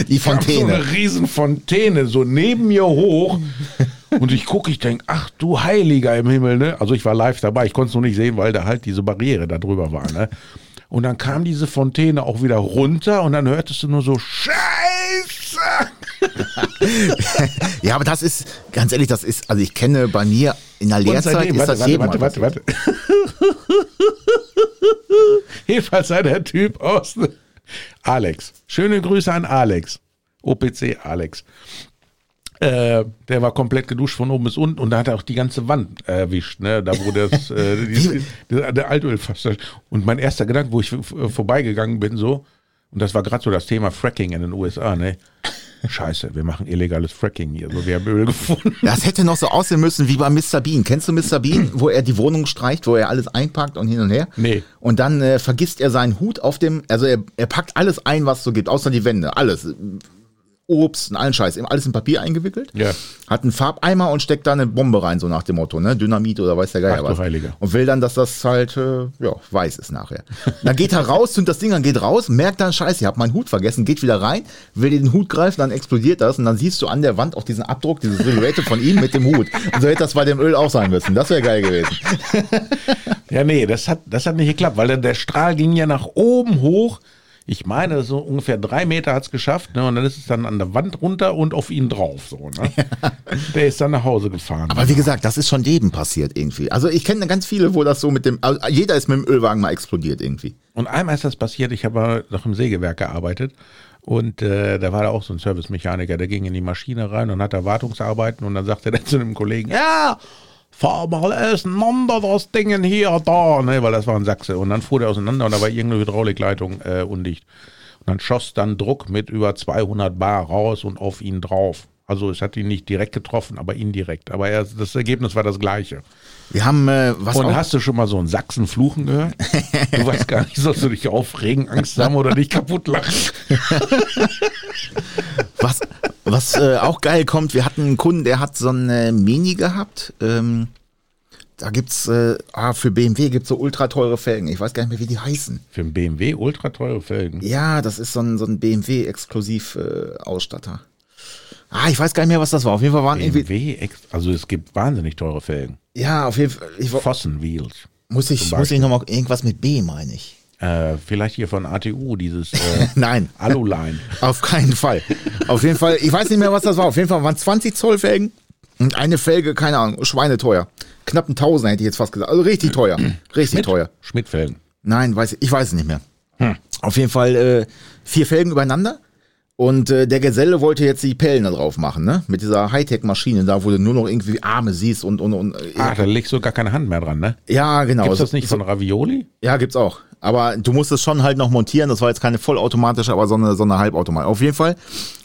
C: Die
B: kam so
C: Fontäne.
B: eine riesen Fontäne so neben mir hoch und ich gucke, ich denke, ach du Heiliger im Himmel, ne? Also ich war live dabei, ich konnte es nur nicht sehen, weil da halt diese Barriere da drüber war, ne? Und dann kam diese Fontäne auch wieder runter und dann hörtest du nur so Scheiße.
C: Ja, aber das ist, ganz ehrlich, das ist, also ich kenne bei mir in der
B: Und
C: Lehrzeit
B: seitdem,
C: ist
B: warte,
C: das halt
B: warte,
C: jedem
B: warte, warte, warte. Jedenfalls sei der Typ aus Alex. Schöne Grüße an Alex. OPC Alex. Äh, der war komplett geduscht von oben bis unten und da hat er auch die ganze Wand erwischt, ne? Da wo das, äh, dieses, der, der Altöl fast. Und mein erster Gedanke, wo ich f- f- vorbeigegangen bin, so, und das war gerade so das Thema Fracking in den USA, ne? Scheiße, wir machen illegales Fracking hier. So, wir haben Öl gefunden.
C: Das hätte noch so aussehen müssen wie bei Mr. Bean. Kennst du Mr. Bean, wo er die Wohnung streicht, wo er alles einpackt und hin und her?
B: Nee.
C: Und dann äh, vergisst er seinen Hut auf dem, also er, er packt alles ein, was es so gibt, außer die Wände, alles. Obst und allen Scheiß, alles in Papier eingewickelt.
B: Ja.
C: Hat einen Farbeimer und steckt da eine Bombe rein, so nach dem Motto, ne? Dynamit oder weiß der Geier
B: Ach du
C: was.
B: Heiliger.
C: Und will dann, dass das halt, äh, ja, weiß ist nachher. Dann geht er raus, zündet das Ding an, geht raus, merkt dann, scheiße, ich hab meinen Hut vergessen, geht wieder rein, will den Hut greifen, dann explodiert das und dann siehst du an der Wand auch diesen Abdruck, diese Silhouette von ihm mit dem Hut. Und so hätte das bei dem Öl auch sein müssen. Das wäre geil gewesen.
B: Ja, nee, das hat, das hat nicht geklappt, weil der, der Strahl ging ja nach oben hoch. Ich meine, so ungefähr drei Meter hat's geschafft, ne? Und dann ist es dann an der Wand runter und auf ihn drauf, so, ne? Der ist dann nach Hause gefahren.
C: Aber wie gesagt, das ist schon jedem passiert irgendwie. Also ich kenne ganz viele, wo das so mit dem, also jeder ist mit dem Ölwagen mal explodiert irgendwie.
B: Und einmal ist das passiert, ich habe noch im Sägewerk gearbeitet und äh, da war da auch so ein Servicemechaniker, der ging in die Maschine rein und hat da Wartungsarbeiten und dann sagte er zu einem Kollegen, ja, fahr mal auseinander das Ding hier, da, ne, weil das war ein Sachse. Und dann fuhr der auseinander und da war irgendeine Hydraulikleitung äh, undicht. Und dann schoss dann Druck mit über 200 Bar raus und auf ihn drauf. Also es hat ihn nicht direkt getroffen, aber indirekt. Aber er, das Ergebnis war das gleiche.
C: Wir haben, äh, was
B: Und
C: auch-
B: hast du schon mal so einen Sachsen fluchen gehört? Du weißt gar nicht, sollst du dich aufregen, Angst haben oder dich kaputt lachen?
C: Was, was äh, auch geil kommt, wir hatten einen Kunden, der hat so eine Mini gehabt. Ähm, da gibt's, äh, ah, für BMW gibt's so ultra teure Felgen. Ich weiß gar nicht mehr, wie die heißen.
B: Für einen BMW ultra teure Felgen.
C: Ja, das ist so ein, so ein BMW-Exklusiv-Ausstatter. äh, ah, ich weiß gar nicht mehr, was das war. Auf jeden Fall waren irgendwie,
B: BMW, ex- also es gibt wahnsinnig teure Felgen.
C: ja, auf jeden Fall, ich, wo-
B: Fossen Wheels.
C: muss ich, muss ich nochmal, irgendwas mit B meine ich.
B: Äh, vielleicht hier von ATU, dieses äh,
C: Nein.
B: Aluline.
C: Auf keinen Fall. Auf jeden Fall, ich weiß nicht mehr, was das war. Auf jeden Fall waren 20 Zoll Felgen und eine Felge, keine Ahnung, schweineteuer. Knapp ein Tausender hätte ich jetzt fast gesagt. Also richtig teuer. Richtig teuer.
B: Schmidt-Felgen.
C: Nein, weiß ich, ich weiß es nicht mehr.
B: Hm.
C: Auf jeden Fall äh, vier Felgen übereinander. Und äh, der Geselle wollte jetzt die Pellen da drauf machen, ne? Mit dieser Hightech-Maschine, da wo du nur noch irgendwie Arme siehst und und und.
B: Ah, da legst du gar keine Hand mehr dran, ne?
C: ja, genau.
B: Gibt's das
C: So-
B: nicht von Ravioli?
C: ja, gibt's auch. Aber du musst es schon halt noch montieren. Das war jetzt keine vollautomatische, aber so eine, so eine halbautomatische. Auf jeden Fall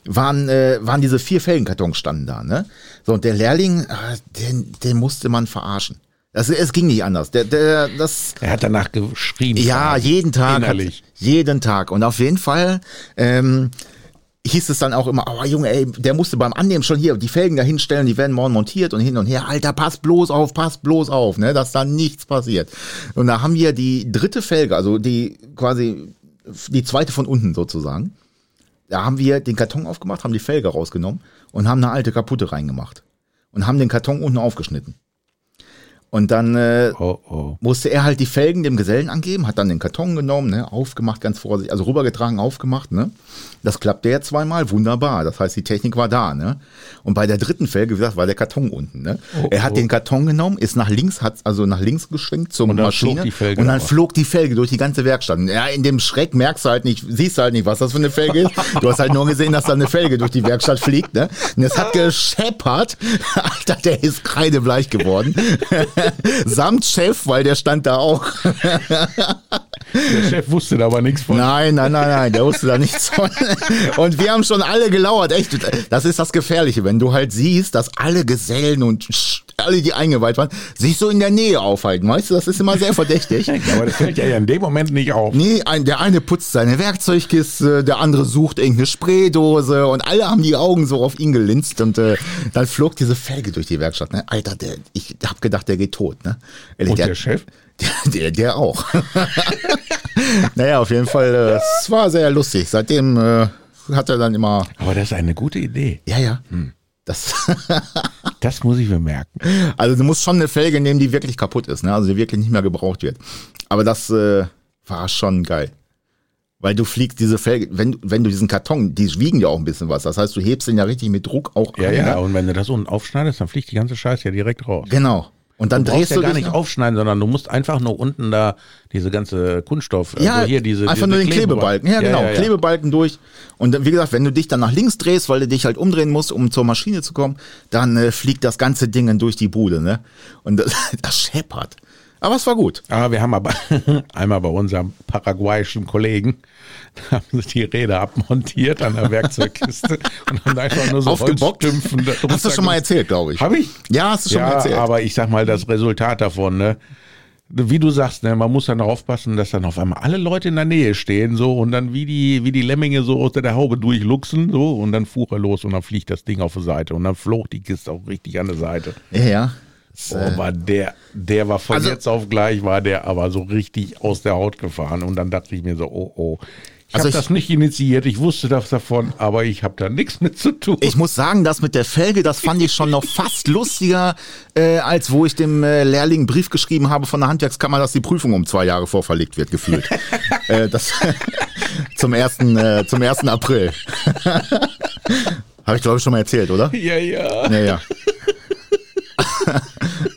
C: waren, äh, waren diese vier Felgenkartons standen da, ne? So, und der Lehrling, ah, den, den musste man verarschen. Das, es ging nicht anders. Der, der, das,
B: Er hat danach geschrien.
C: ja, jeden Tag. Hat,
B: Innerlich.
C: jeden Tag. Und auf jeden Fall ähm, hieß es dann auch immer, oh Junge, ey, der musste beim Annehmen schon hier die Felgen da hinstellen, die werden morgen montiert und hin und her. Alter, pass bloß auf, pass bloß auf, ne, dass da nichts passiert. Und da haben wir die dritte Felge, also die quasi die zweite von unten sozusagen. Da haben wir den Karton aufgemacht, haben die Felge rausgenommen und haben eine alte kaputte reingemacht. Und haben den Karton unten aufgeschnitten. Und dann äh,
B: Oh, oh.
C: musste er halt die Felgen dem Gesellen angeben, hat dann den Karton genommen, ne, aufgemacht, ganz vorsichtig, also rübergetragen, aufgemacht, ne. Das klappte ja zweimal, wunderbar. Das heißt, die Technik war da, ne. Und bei der dritten Felge, wie gesagt, war der Karton unten, ne.
B: Oh,
C: er hat den Karton genommen, ist nach links, hat also nach links geschwenkt zur
B: Und dann
C: Maschine.
B: flog die Felge
C: und dann
B: aber.
C: flog die Felge durch die ganze Werkstatt. Und ja, in dem Schreck merkst du halt nicht, siehst du halt nicht, was das für eine Felge ist. Du hast halt nur gesehen, dass da eine Felge durch die Werkstatt fliegt, ne. Und es hat gescheppert. Alter, der ist kreidebleich geworden. Samt Chef, weil der stand da auch.
B: Der Chef wusste da aber nichts von.
C: Nein, nein, nein, nein, der wusste da nichts von. Und wir haben schon alle gelauert, echt. Das ist das Gefährliche, wenn du halt siehst, dass alle Gesellen und Sch- alle, die eingeweiht waren, sich so in der Nähe aufhalten. Weißt du, das ist immer sehr verdächtig.
B: Ja, aber das fällt ja in dem Moment nicht auf.
C: Nee, ein, der eine putzt seine Werkzeugkiste, der andere sucht irgendeine Spraydose und alle haben die Augen so auf ihn gelinst und äh, dann flog diese Felge durch die Werkstatt. Ne? Alter, der, ich hab gedacht, der geht tot. Ne? Ehrlich,
B: Und der Chef?
C: Der, der, der auch. naja, auf jeden Fall, äh, es war sehr lustig. Seitdem äh, hat er dann immer,
B: Aber das ist eine gute Idee.
C: ja, ja, das,
B: Das muss ich mir merken.
C: also du musst schon eine Felge nehmen, die wirklich kaputt ist, ne? also die wirklich nicht mehr gebraucht wird. Aber das äh, war schon geil. Weil du fliegst diese Felge, wenn, wenn du diesen Karton, die wiegen ja auch ein bisschen was. Das heißt, du hebst ihn ja richtig mit Druck auch
B: Ja,
C: an.
B: ja,
C: Ne?
B: und wenn du das unten aufschneidest, dann fliegt die ganze Scheiße ja direkt raus.
C: Genau. Und dann
B: Du brauchst
C: drehst
B: ja
C: du
B: gar
C: dich
B: nicht aufschneiden, sondern du musst einfach nur unten da diese ganze Kunststoff,
C: Ja,
B: also hier diese
C: einfach
B: diese
C: nur den Klebebalken. Ja, genau, Klebebalken durch. Und dann, wie gesagt, wenn du dich dann nach links drehst, weil du dich halt umdrehen musst, um zur Maschine zu kommen, dann äh, fliegt das ganze Ding dann durch die Bude, ne? Und das, das scheppert. Aber es war gut.
B: Aber Ah, wir haben aber einmal bei unserem paraguayischen Kollegen haben sie die Räder abmontiert an der Werkzeugkiste und haben da einfach nur so
C: Aufgebockt.
B: Holzstümpfen da
C: Hast du
B: drunter
C: schon mal
B: gemacht.
C: erzählt, glaube ich.
B: Hab ich?
C: Ja, hast du schon
B: ja,
C: mal erzählt.
B: aber ich sag mal, das Resultat davon, ne? Wie du sagst, ne, man muss dann darauf passen, dass dann auf einmal alle Leute in der Nähe stehen, so und dann wie die, wie die Lemminge so unter der Haube durchluchsen, so und dann fuhr er los und dann fliegt das Ding auf die Seite und dann flog die Kiste auch richtig an der Seite.
C: ja, ja.
B: Oh, aber der, der war von
C: Also-
B: jetzt auf gleich, war der aber so richtig aus der Haut gefahren und dann dachte ich mir so, oh oh. Ich
C: Also
B: habe
C: ich-
B: das nicht initiiert, ich wusste das davon, aber ich habe da nichts mit zu tun.
C: Ich muss sagen, das mit der Felge, das fand ich schon noch fast lustiger, äh, als wo ich dem äh, Lehrling einen Brief geschrieben habe von der Handwerkskammer, dass die Prüfung um zwei Jahre vorverlegt wird, gefühlt. äh, das zum ersten, äh, zum ersten April. habe ich, glaube ich, schon mal erzählt, oder?
B: ja, ja.
C: Ja, ja.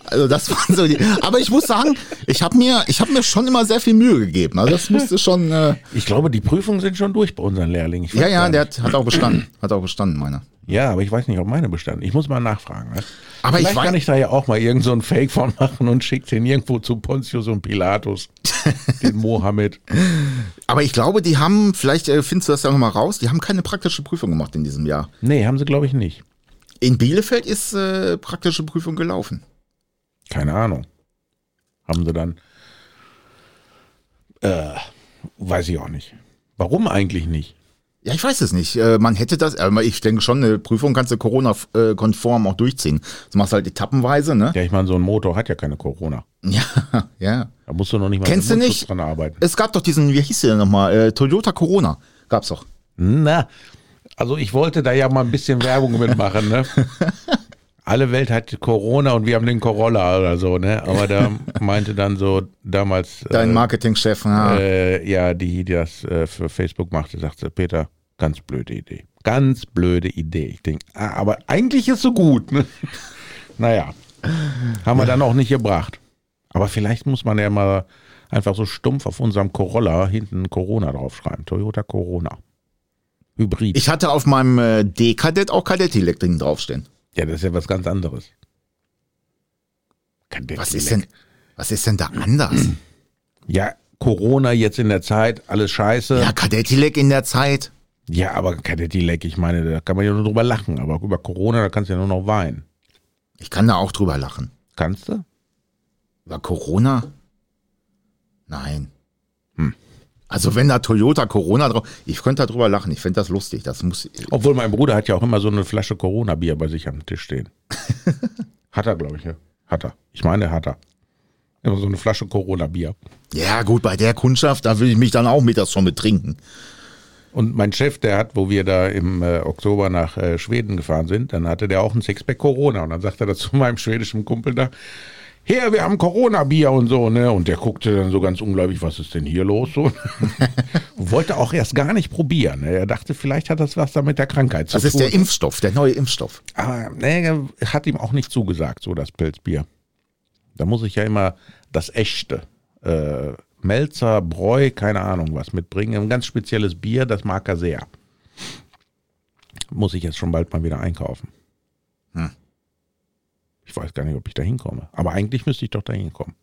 C: Also das waren so die. Aber ich muss sagen, ich habe mir, ich habe mir schon immer sehr viel Mühe gegeben. Also das musste schon. Äh,
B: Ich glaube, die Prüfungen sind schon durch bei unseren Lehrlingen. Ich weiß
C: ja, ja,
B: gar
C: der
B: nicht.
C: hat, hat auch bestanden, hat auch bestanden, meiner.
B: ja, aber ich weiß nicht, ob meine bestanden. Ich muss mal nachfragen. Ne?
C: Aber ich
B: Vielleicht
C: weiß-
B: kann ich da ja auch mal irgend so ein Fake von machen und schickt den irgendwo zu Pontius und Pilatus, den Mohammed.
C: Aber ich glaube, die haben, vielleicht äh, findest du das ja nochmal raus, die haben keine praktische Prüfung gemacht in diesem Jahr.
B: Nee, haben sie, glaube ich, nicht.
C: In Bielefeld ist äh, praktische Prüfung gelaufen.
B: Keine Ahnung. Haben sie dann. Äh, weiß ich auch nicht. Warum eigentlich nicht?
C: Ja, ich weiß es nicht. Äh, man hätte das, aber ich denke schon, eine Prüfung kannst du Corona-konform auch durchziehen. Du machst halt etappenweise, ne?
B: Ja, ich meine, so ein Motor hat ja keine Corona.
C: Ja, ja.
B: Da musst du noch nicht mal
C: Kennst
B: mit
C: du
B: Mundschutz
C: nicht?
B: dran arbeiten.
C: Es gab doch diesen, wie hieß der denn nochmal? Äh, Toyota Corona gab's doch.
B: Na, also ich wollte da ja mal ein bisschen Werbung mitmachen, ne? Alle Welt hat Corona und wir haben den Corolla oder so, ne? Aber da meinte dann so damals
C: Dein Marketingchef. Ja.
B: äh, ja, die, die das äh, für Facebook machte, sagte Peter, ganz blöde Idee. Ganz blöde Idee. Ich denke, ah, aber eigentlich ist so gut. Ne? naja, haben wir dann auch nicht gebracht. Aber vielleicht muss man ja mal einfach so stumpf auf unserem Corolla hinten Corona draufschreiben. Toyota Corona. Hybrid.
C: Ich hatte auf meinem äh, D-Kadett auch Kadett-Elektriken draufstehen.
B: ja, das ist ja was ganz anderes. Kadett
C: Was ist denn, was ist denn da anders?
B: Ja, Corona jetzt in der Zeit, alles scheiße.
C: Ja, Kadett-Elekt in der Zeit.
B: Ja, aber Kadettilek, ich meine, da kann man ja nur drüber lachen, aber über Corona, da kannst du ja nur noch weinen.
C: Ich kann da auch drüber lachen.
B: Kannst du?
C: Über Corona? Nein. Also wenn da Toyota Corona drauf, ich könnte darüber lachen, ich fände das lustig, das muss,
B: Obwohl mein Bruder hat ja auch immer so eine Flasche Corona-Bier bei sich am Tisch stehen. hat er, glaube ich, ja. Hat er. Ich meine, hat er. Immer so eine Flasche Corona-Bier.
C: ja gut, bei der Kundschaft, da will ich mich dann auch mit das schon betrinken.
B: Und mein Chef, der hat, wo wir da im äh, Oktober nach äh, Schweden gefahren sind, dann hatte der auch ein Sixpack Corona. Und dann sagte er das zu meinem schwedischen Kumpel da, her, wir haben Corona-Bier und so, ne? Und der guckte dann so ganz ungläubig, was ist denn hier los? So. Wollte auch erst gar nicht probieren. Ne? Er dachte, vielleicht hat das was da mit der Krankheit zu
C: Das ist
B: tun.
C: der Impfstoff, der neue Impfstoff.
B: Aber ne, hat ihm auch nicht zugesagt, so das Pilzbier. Da muss ich ja immer das echte. Äh, Melzer, Bräu, keine Ahnung was mitbringen. Ein ganz spezielles Bier, das mag er sehr. Muss ich jetzt schon bald mal wieder einkaufen.
C: Hm.
B: Ich weiß gar nicht, ob ich da hinkomme. Aber eigentlich müsste ich doch da hinkommen.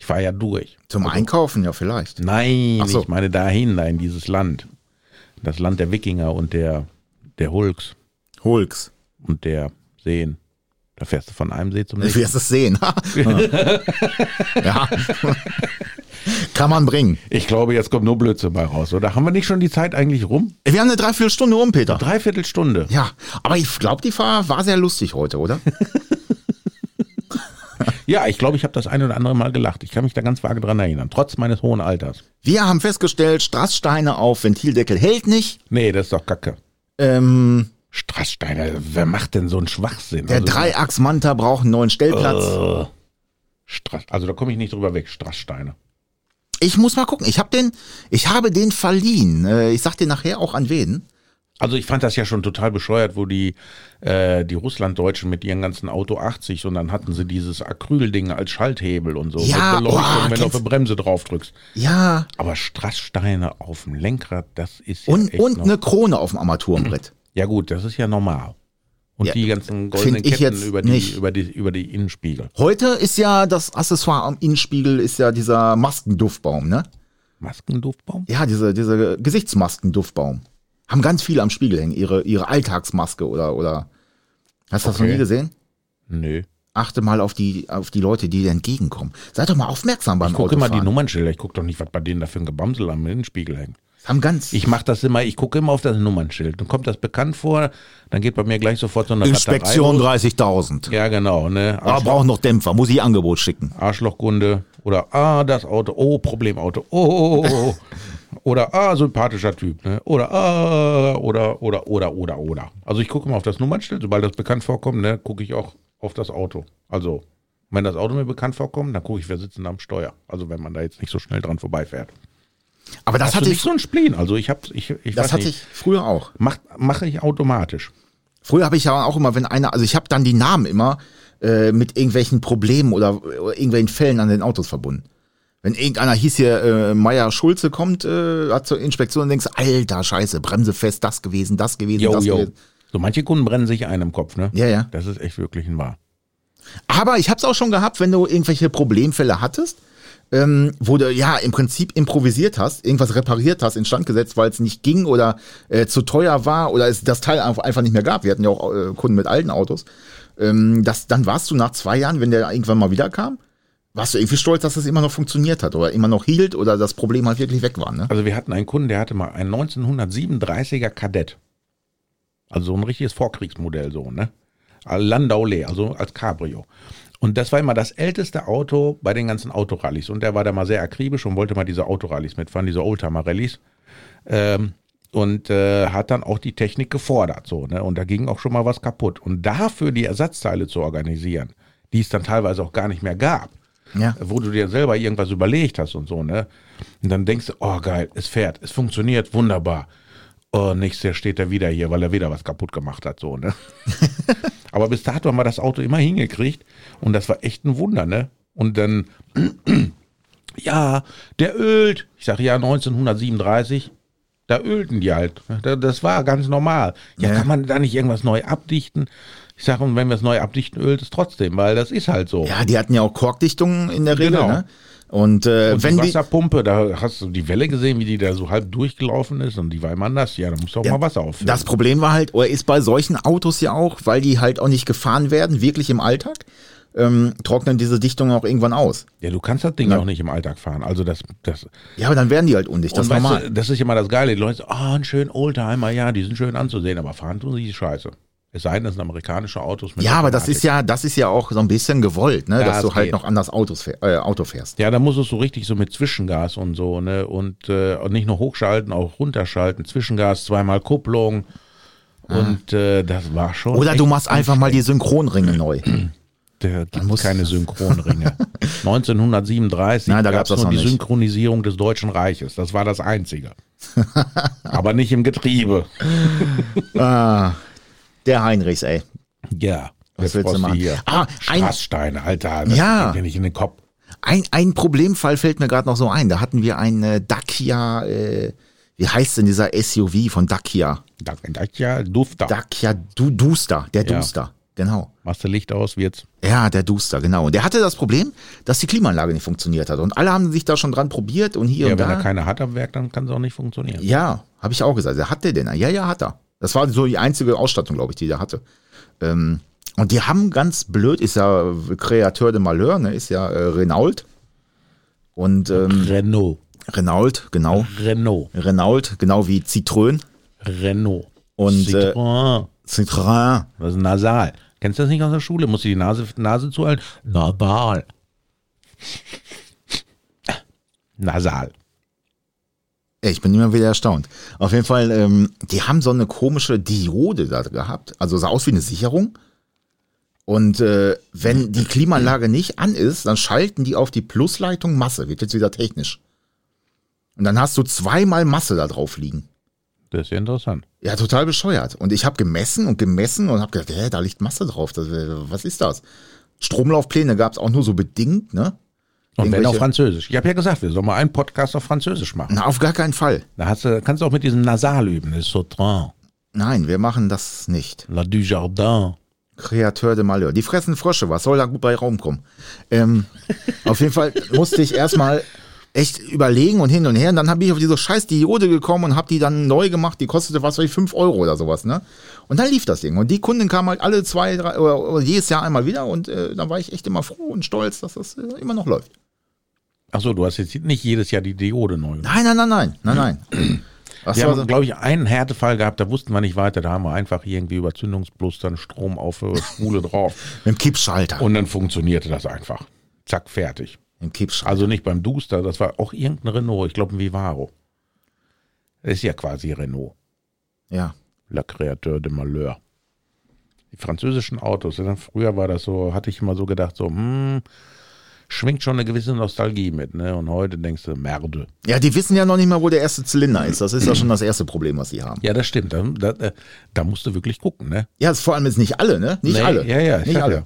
B: Ich fahre ja durch.
C: Zum Einkaufen ja vielleicht.
B: Nein,
C: Ach so.
B: ich meine dahin, da in dieses Land. Das Land der Wikinger und der, der Hulks
C: Hulks.
B: und der Seen. Da fährst du von einem See zum
C: Du
B: nächsten.
C: wirst es sehen. ja. Kann man bringen.
B: Ich glaube, jetzt kommt nur Blödsinn bei raus, oder? Haben wir nicht schon die Zeit eigentlich rum?
C: Wir haben eine Dreiviertelstunde rum, Peter.
B: Dreiviertel Stunde.
C: Ja, aber ich glaube, die Fahrt war sehr lustig heute, oder?
B: Ja, ich glaube, ich habe das ein oder andere Mal gelacht. Ich kann mich da ganz vage dran erinnern, trotz meines hohen Alters.
C: Wir haben festgestellt, Strasssteine auf Ventildeckel hält nicht.
B: Nee, das ist doch Kacke.
C: Ähm,
B: Strasssteiner, wer macht denn so einen Schwachsinn?
C: der
B: also, Äh.
C: Dreiachs-Manta braucht einen neuen Stellplatz.
B: Strass, also da komme ich nicht drüber weg, Strasssteine.
C: Ich muss mal gucken. Ich habe den, ich habe den verliehen. Äh, Ich sag dir nachher auch an wen.
B: Also ich fand das ja schon total bescheuert, wo die, äh, die Russlanddeutschen mit ihren ganzen Auto 80 und dann hatten sie dieses Acrylding als Schalthebel und so.
C: Ja,
B: mit Beleuchtung,
C: oh,
B: wenn du auf
C: kennst-
B: eine Bremse drauf drückst.
C: Ja.
B: Aber Strasssteine auf dem Lenkrad, das ist ja
C: Und,
B: echt
C: und ne-
B: noch-
C: eine Krone auf dem Armaturenbrett.
B: Ja gut, das ist ja normal. Und
C: Ja,
B: die ganzen goldenen
C: find ich
B: Ketten
C: jetzt
B: über, die,
C: nicht.
B: über, die, über die Innenspiegel.
C: Heute ist ja das Accessoire am Innenspiegel ist ja dieser Maskenduftbaum, ne?
B: Maskenduftbaum?
C: Ja, diese, diese Gesichtsmaskenduftbaum. Haben ganz viele am Spiegel hängen, ihre, ihre Alltagsmaske oder, oder. Hast du das noch
B: Okay.
C: nie gesehen?
B: Nö.
C: Achte mal auf die, auf die Leute, die dir entgegenkommen. Seid doch mal aufmerksam beim
B: Ich gucke immer die
C: Autofahren.
B: Nummernschilder. Ich gucke doch nicht, was bei denen da für ein Gebamsel am Innenspiegel hängt.
C: Haben ganz.
B: Ich mache das immer, ich gucke immer auf das Nummernschild. Dann kommt das bekannt vor, dann geht bei mir gleich sofort so eine Raterei los.
C: 30.000.
B: Ja, genau, ne?
C: Aber
B: Arschloch,
C: braucht noch Dämpfer, muss ich Angebot schicken.
B: Arschlochkunde. Oder, ah, das Auto. Oh, Problemauto. Oh, oh, oh, oh. Oder, ah, sympathischer Typ, ne? Oder, ah, oder, oder, oder, oder, oder. Also ich gucke immer auf das Nummernschild. Sobald das bekannt vorkommt, ne, gucke ich auch auf das Auto. Also, wenn das Auto mir bekannt vorkommt, dann gucke ich, wer sitzt denn am Steuer. Also, wenn man da jetzt nicht so schnell dran vorbeifährt.
C: Aber das
B: Hast
C: hatte
B: du nicht
C: ich,
B: so ein Spleen? Also, ich habe ich, ich
C: das
B: weiß
C: hatte
B: nicht.
C: ich früher auch.
B: Macht- Mache ich automatisch.
C: Früher habe ich ja auch immer, wenn einer, also ich habe dann die Namen immer äh, mit irgendwelchen Problemen oder, oder irgendwelchen Fällen an den Autos verbunden. Wenn irgendeiner hieß hier, äh, Meier Schulze kommt, äh, hat zur Inspektion und denkst, alter Scheiße, Bremse fest, das gewesen, das gewesen,
B: Yo,
C: das
B: yo.
C: gewesen.
B: So, manche Kunden brennen sich ein im Kopf, ne?
C: Ja, ja.
B: Das ist echt wirklich ein Wahr.
C: Aber ich hab's auch schon gehabt, wenn du irgendwelche Problemfälle hattest, ähm, wo du ja im Prinzip improvisiert hast, irgendwas repariert hast, instand gesetzt, weil es nicht ging oder äh, zu teuer war oder es das Teil einfach einfach nicht mehr gab. Wir hatten ja auch äh, Kunden mit alten Autos. Ähm, das, dann warst du nach zwei Jahren, wenn der irgendwann mal wiederkam, warst du irgendwie stolz, dass das immer noch funktioniert hat oder immer noch hielt oder das Problem halt wirklich weg war. Ne?
B: Also wir hatten einen Kunden, der hatte mal ein 1937er Kadett. Also so ein richtiges Vorkriegsmodell so, ne? Landau Lee, also als Cabrio. Und das war immer das älteste Auto bei den ganzen Autorallyes. Und der war da mal sehr akribisch und wollte mal diese Autorallyes mitfahren, diese Oldtimer-Rallys. Ähm, und äh, hat dann auch die Technik gefordert. So, ne? Und da ging auch schon mal was kaputt. Und dafür die Ersatzteile zu organisieren, die es dann teilweise auch gar nicht mehr gab,
C: Ja.
B: wo du dir selber irgendwas überlegt hast und so, ne? Und dann denkst du, oh geil, es fährt, es funktioniert, wunderbar. Oh, nächstes Jahr steht er wieder hier, weil er wieder was kaputt gemacht hat, so, ne? Aber bis dato haben wir das Auto immer hingekriegt und das war echt ein Wunder, ne? Und dann, ja, der ölt. Ich sage, ja, 1937, da ölten die halt. Da- Das war ganz normal. Ja,
C: Ja.
B: kann man da nicht irgendwas neu abdichten? Ich sage, und wenn wir es neu abdichten, ölt es trotzdem, weil das ist halt so.
C: ja, die hatten ja auch Korkdichtungen in der Regel.
B: Genau.
C: Ne? Und, äh,
B: Und
C: wenn
B: die
C: die,
B: Wasserpumpe, da hast du die Welle gesehen, wie die da so halb durchgelaufen ist und die war immer nass. Ja, da musst du auch mal Wasser auffüllen.
C: Das Problem war halt, oder ist bei solchen Autos ja auch, weil die halt auch nicht gefahren werden, wirklich im Alltag, ähm, trocknen diese Dichtungen auch irgendwann aus.
B: ja, du kannst das Ding
C: Ja.
B: auch nicht im Alltag fahren. Also das, das,
C: Ja, aber dann werden die halt undicht,
B: und
C: das ist
B: weißt
C: normal.
B: Du, das ist immer das Geile. Die Leute sagen, ah, ein schön Oldtimer, ja, die sind schön anzusehen, aber fahren tun sie die Scheiße. Es sei denn, das sind amerikanische Autos mit
C: ja, aber das ist
B: Automatik.
C: ja, das ist ja auch so ein bisschen gewollt, ne,
B: äh, Ja,
C: dass
B: es
C: du halt
B: geht.
C: noch anders Autos fähr, äh, Auto fährst.
B: Ja, da muss es so richtig so mit Zwischengas und so, ne? Und, äh, und nicht nur hochschalten, auch runterschalten. Zwischengas, zweimal Kupplung. Und äh, das war schon.
C: Ah. Oder du
B: echt
C: machst einfach mal die Synchronringe neu.
B: da gibt
C: muss-
B: keine Synchronringe. 1937
C: Nein, da
B: gab's
C: gab's das
B: nur
C: noch
B: die
C: nicht.
B: Synchronisierung des Deutschen Reiches. Das war das Einzige. Aber nicht im Getriebe.
C: Ah, der Heinrichs, ey.
B: Ja.
C: Was willst du machen?
B: Hier.
C: Ah, ein,
B: Strasssteine, Alter. Das
C: Ja.
B: geht dir nicht in den Kopf.
C: ein, ein Problemfall fällt mir gerade noch so ein. Da hatten wir einen äh, Dacia, äh, wie heißt denn dieser SUV von Dacia?
B: Da, da, ja, Dufter.
C: Dacia du Duster, der
B: Ja.
C: Duster, genau.
B: Machst du Licht aus, wird's.
C: Ja, der Duster, genau. Und der hatte das Problem, dass die Klimaanlage nicht funktioniert hat. Und alle haben sich da schon dran probiert und hier
B: Ja,
C: und
B: wenn
C: da.
B: er keine hat am Werk, dann kann es auch nicht funktionieren.
C: Ja, habe ich auch gesagt. Der hat der denn? Ja, ja, hat er. Das war so die einzige Ausstattung, glaube ich, die der hatte. Ähm, und die haben ganz blöd, ist ja Kreateur de Malheur, ne? ist ja äh, Renault. Und ähm,
B: Renault.
C: Renault, genau.
B: Renault.
C: Renault, genau wie Citroën.
B: Renault.
C: Und, äh,
B: Citroën.
C: Citroën.
B: Das ist nasal. Kennst du das nicht aus der Schule? Musst du die Nase, Nase zuhalten? Nasal. Nasal.
C: Ey, Ich bin immer wieder erstaunt. Auf jeden Fall, ähm, die haben so eine komische Diode da gehabt. Also sah aus wie eine Sicherung. Und äh, wenn die Klimaanlage nicht an ist, dann schalten die auf die Plusleitung Masse. Wird jetzt wieder technisch. Und dann hast du zweimal Masse da drauf liegen.
B: Das ist ja interessant.
C: Ja, total bescheuert. Und ich habe gemessen und gemessen und habe gedacht, hä, da liegt Masse drauf. Das, äh, was ist das? Stromlaufpläne gab es auch nur so bedingt, ne?
B: Und wenn
C: Irgendwelche-
B: auf Französisch. Ich habe ja gesagt, wir sollen mal einen Podcast auf Französisch machen.
C: Na, auf gar keinen Fall.
B: Da hast du, kannst du auch mit diesem Nasal üben. Das ist Sautrin,
C: Nein, wir machen das nicht.
B: La Dujardin.
C: Kreateur de Malheur. Die fressen Frösche, was soll da gut bei Raum kommen? Ähm, auf jeden Fall musste ich erstmal echt überlegen und hin und her. Und dann habe ich auf diese scheiß Diode gekommen und habe die dann neu gemacht. Die kostete, was weiß ich, 5 Euro oder sowas. Ne? Und dann lief das Ding. Und die Kunden kamen halt alle zwei, drei, oder, oder jedes Jahr einmal wieder. Und äh, dann war ich echt immer froh und stolz, dass das äh, immer noch läuft.
B: Achso, du hast jetzt nicht jedes Jahr die Diode neu. gemacht.
C: Nein, nein, nein, nein, nein, nein. Was
B: Wir
C: war
B: haben,
C: so? also
B: glaube ich, einen Härtefall gehabt, da wussten wir nicht weiter. Da haben wir einfach irgendwie über Zündungsblustern Strom auf äh, Spule drauf.
C: Mit dem Kippschalter.
B: Und dann funktionierte das einfach. Zack, fertig.
C: Mit dem Kippschalter.
B: Also nicht beim Duster, das war auch irgendein Renault, ich glaube ein Vivaro. Das ist ja quasi Renault,
C: Ja.
B: La Créateur de Malheur. Die französischen Autos, ja, früher war das so, hatte ich immer so gedacht, so, hm, schwingt schon eine gewisse Nostalgie mit, ne? Und heute denkst du, Merde.
C: ja, die wissen ja noch nicht mal, wo der erste Zylinder ist. Das ist ja schon das erste Problem, was sie haben.
B: Ja, das stimmt. Da, da, äh, da musst du wirklich gucken, ne?
C: Ja, ist vor allem jetzt nicht alle, ne? Nicht
B: Nee,
C: alle.
B: ja, ja, ich
C: nicht
B: sag
C: alle.
B: ja.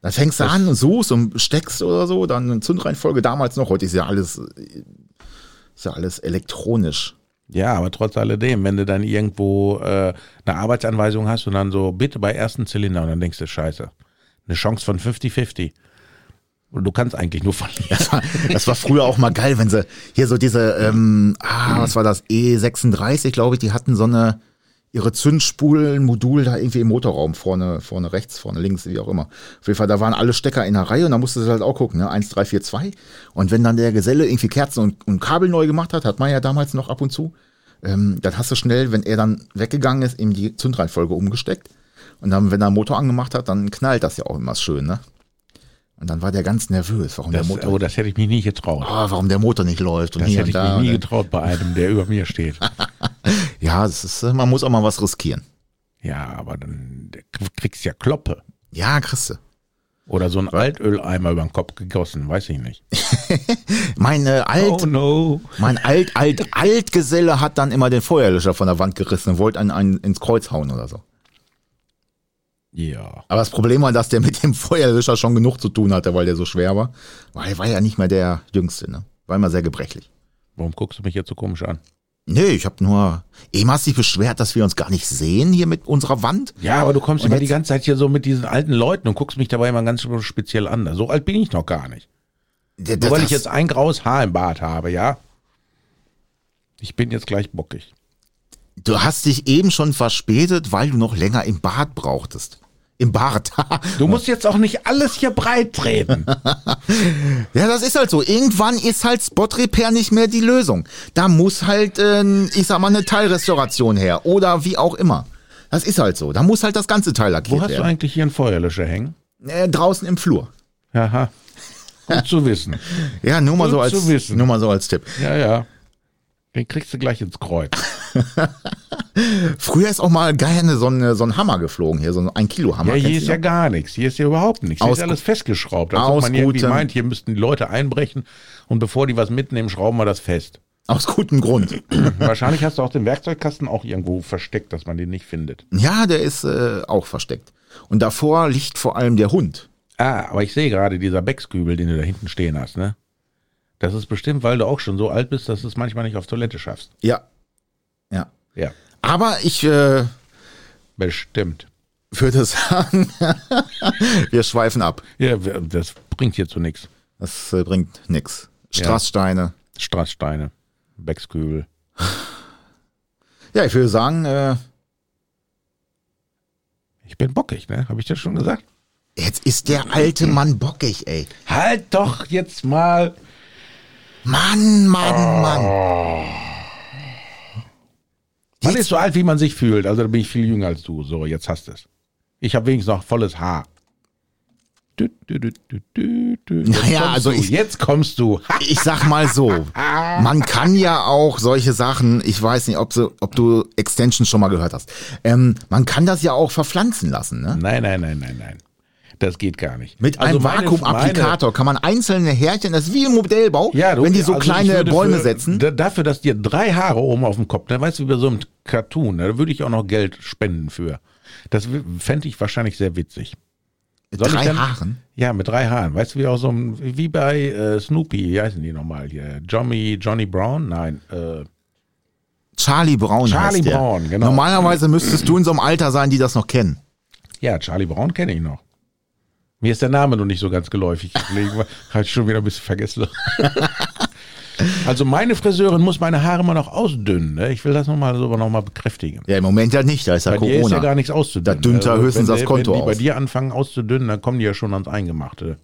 C: Dann fängst du an und suchst und steckst oder so, dann eine Zündreihenfolge damals noch. Heute ist ja alles, äh, ist ja alles elektronisch.
B: Ja, aber trotz alledem, wenn du dann irgendwo äh, eine Arbeitsanweisung hast und dann so, bitte bei ersten Zylinder, und dann denkst du, scheiße, eine Chance von 50-50. Und du kannst eigentlich nur verlieren.
C: Das war, das war früher auch mal geil, wenn sie hier so diese, ähm, ah, was war das, E36, glaube ich, die hatten so eine, ihre Zündspulenmodul da irgendwie im Motorraum, vorne, vorne rechts, vorne links, wie auch immer. Auf jeden Fall, da waren alle Stecker in der Reihe und da musstest du halt auch gucken, ne? 1, 3, 4, 2. Und wenn dann der Geselle irgendwie Kerzen und, und Kabel neu gemacht hat, hat man ja damals noch ab und zu, ähm, dann hast du schnell, wenn er dann weggegangen ist, eben die Zündreihenfolge umgesteckt. Und dann, wenn er den Motor angemacht hat, dann knallt das ja auch immer schön, ne? Und dann war der ganz nervös, warum der
B: Das,
C: Motor
B: oh, das hätte ich mich nie getraut.
C: ah, warum der Motor nicht läuft und
B: Das
C: hier
B: hätte
C: und
B: ich
C: da.
B: mich nie
C: und,
B: getraut bei einem, der über mir steht.
C: ja, das ist, äh, man muss auch mal was riskieren.
B: Ja, aber dann kriegst ja Kloppe.
C: Ja, Christe.
B: Oder so ein Altöleimer über den Kopf gegossen, weiß ich nicht.
C: Mein äh,
B: Oh,
C: alt,
B: no.
C: mein alt, alt, Altgeselle hat dann immer den Feuerlöscher von der Wand gerissen und wollte einen, einen ins Kreuz hauen oder so.
B: Ja.
C: Aber das Problem war, dass der mit dem Feuerlöscher schon genug zu tun hatte, weil der so schwer war. Weil er war ja nicht mehr der Jüngste, ne? War immer sehr gebrechlich.
B: Warum guckst du mich jetzt so komisch an?
C: Nee, ich hab nur. Eben hast dich beschwert, dass wir uns gar nicht sehen hier mit unserer Wand.
B: Ja, aber du kommst
C: Und
B: immer die
C: jetzt-
B: ganze Zeit hier so mit diesen alten Leuten und guckst mich dabei immer ganz speziell an. So alt bin ich noch gar nicht.
C: Der-
B: Nur
C: der-
B: weil ich
C: das-
B: jetzt ein graues Haar im Bart habe, ja? Ich bin jetzt gleich bockig.
C: Du hast dich eben schon verspätet, weil du noch länger im Bad brauchtest. Im Bad.
B: Du musst jetzt auch nicht alles hier breit treten.
C: ja, das ist halt so. Irgendwann ist halt Spot Repair nicht mehr die Lösung. Da muss halt, äh, ich sag mal, eine Teilrestauration her oder wie auch immer. Das ist halt so. Da muss halt das ganze Teil
B: Wo
C: lackiert
B: hast du
C: werden.
B: eigentlich hier einen Feuerlöscher hängen?
C: äh, draußen im Flur.
B: Aha. Gut zu wissen.
C: Ja, nur mal
B: Gut
C: so
B: zu
C: als
B: wissen.
C: nur mal so als Tipp.
B: Ja, ja. Den kriegst du gleich ins Kreuz.
C: Früher ist auch mal gerne so ein, so ein Hammer geflogen hier, so ein 1 Kilo Hammer.
B: Ja, hier
C: Kennst
B: ist
C: du
B: ja
C: noch?
B: gar nichts. Hier ist ja überhaupt nichts. Hier
C: Aus
B: ist alles festgeschraubt. Als
C: aus
B: ob man irgendwie
C: gutem-
B: meint, hier müssten die Leute einbrechen und bevor die was mitnehmen, schrauben wir das fest.
C: Aus gutem Grund.
B: Wahrscheinlich hast du auch den Werkzeugkasten auch irgendwo versteckt, dass man den nicht findet.
C: Ja, der ist äh, auch versteckt. Und davor liegt vor allem der Hund.
B: Ah, aber ich sehe gerade dieser Beckskübel, den du da hinten stehen hast, ne? Das ist bestimmt, weil du auch schon so alt bist, dass du es manchmal nicht auf Toilette schaffst.
C: Ja. Ja.
B: Ja,
C: Aber ich äh,
B: bestimmt.
C: würde sagen, wir schweifen ab.
B: Ja, w- das bringt hier zu nichts.
C: Das äh, bringt nix. Strasssteine.
B: Strasssteine, Beckskübel.
C: Ja, ich würde sagen, äh,
B: Ich bin bockig, ne? Habe ich das schon gesagt?
C: jetzt ist der alte Mann bockig, ey.
B: Halt doch jetzt mal.
C: Mann, Mann, Mann.
B: Oh. Man ist so alt, wie man sich fühlt. Also da bin ich viel jünger als du. So, jetzt hast du es. Ich habe wenigstens noch volles Haar. Du, du, du, du, du, du. Jetzt
C: Naja,
B: kommst
C: also
B: du.
C: ich-
B: Jetzt kommst du. Ha!
C: Ich sag mal so, man kann ja auch solche Sachen, ich weiß nicht, ob, so, ob du Extension schon mal gehört hast, ähm, man kann das ja auch verpflanzen lassen. Ne?
B: Nein, nein, nein, nein, nein. Das geht gar nicht.
C: Mit
B: Also
C: einem
B: meine-
C: Vakuumapplikator kann man einzelne Härchen, das ist wie im Modellbau,
B: meine- Ja, du,
C: wenn die so
B: also ich
C: kleine
B: würde
C: Bäume
B: für,
C: setzen.
B: da- Dafür, dass dir drei Haare oben auf dem Kopf, ne, weißt du, wie bei so einem Cartoon, ne, da würde ich auch noch Geld spenden für. Das fände ich wahrscheinlich sehr witzig.
C: Mit
B: Soll ich
C: drei
B: dann-
C: Haaren.
B: Ja, mit drei Haaren. Weißt du, wie auch so ein, wie bei äh, Snoopy, wie heißen die nochmal hier? Johnny, Johnny Brown? Nein, äh,
C: Charlie Brown
B: Charlie
C: heißt der.
B: Brown, genau.
C: Normalerweise müsstest du in so einem Alter sein, die das noch kennen.
B: ja, Charlie Brown kenne ich noch. Mir ist der Name noch nicht so ganz geläufig. Habe ich schon wieder ein bisschen vergessen. also meine Friseurin muss meine Haare immer noch ausdünnen. Ne? Ich will das nochmal so noch mal bekräftigen.
C: Ja, im Moment ja nicht, da ist ja
B: Bei dir ist ja
C: Corona.
B: gar nichts auszudünnen. Also,
C: Da dünnt er höchstens
B: wenn,
C: das
B: die-
C: Konto
B: Wenn die bei
C: aus.
B: dir anfangen auszudünnen, dann kommen die ja schon ans Eingemachte.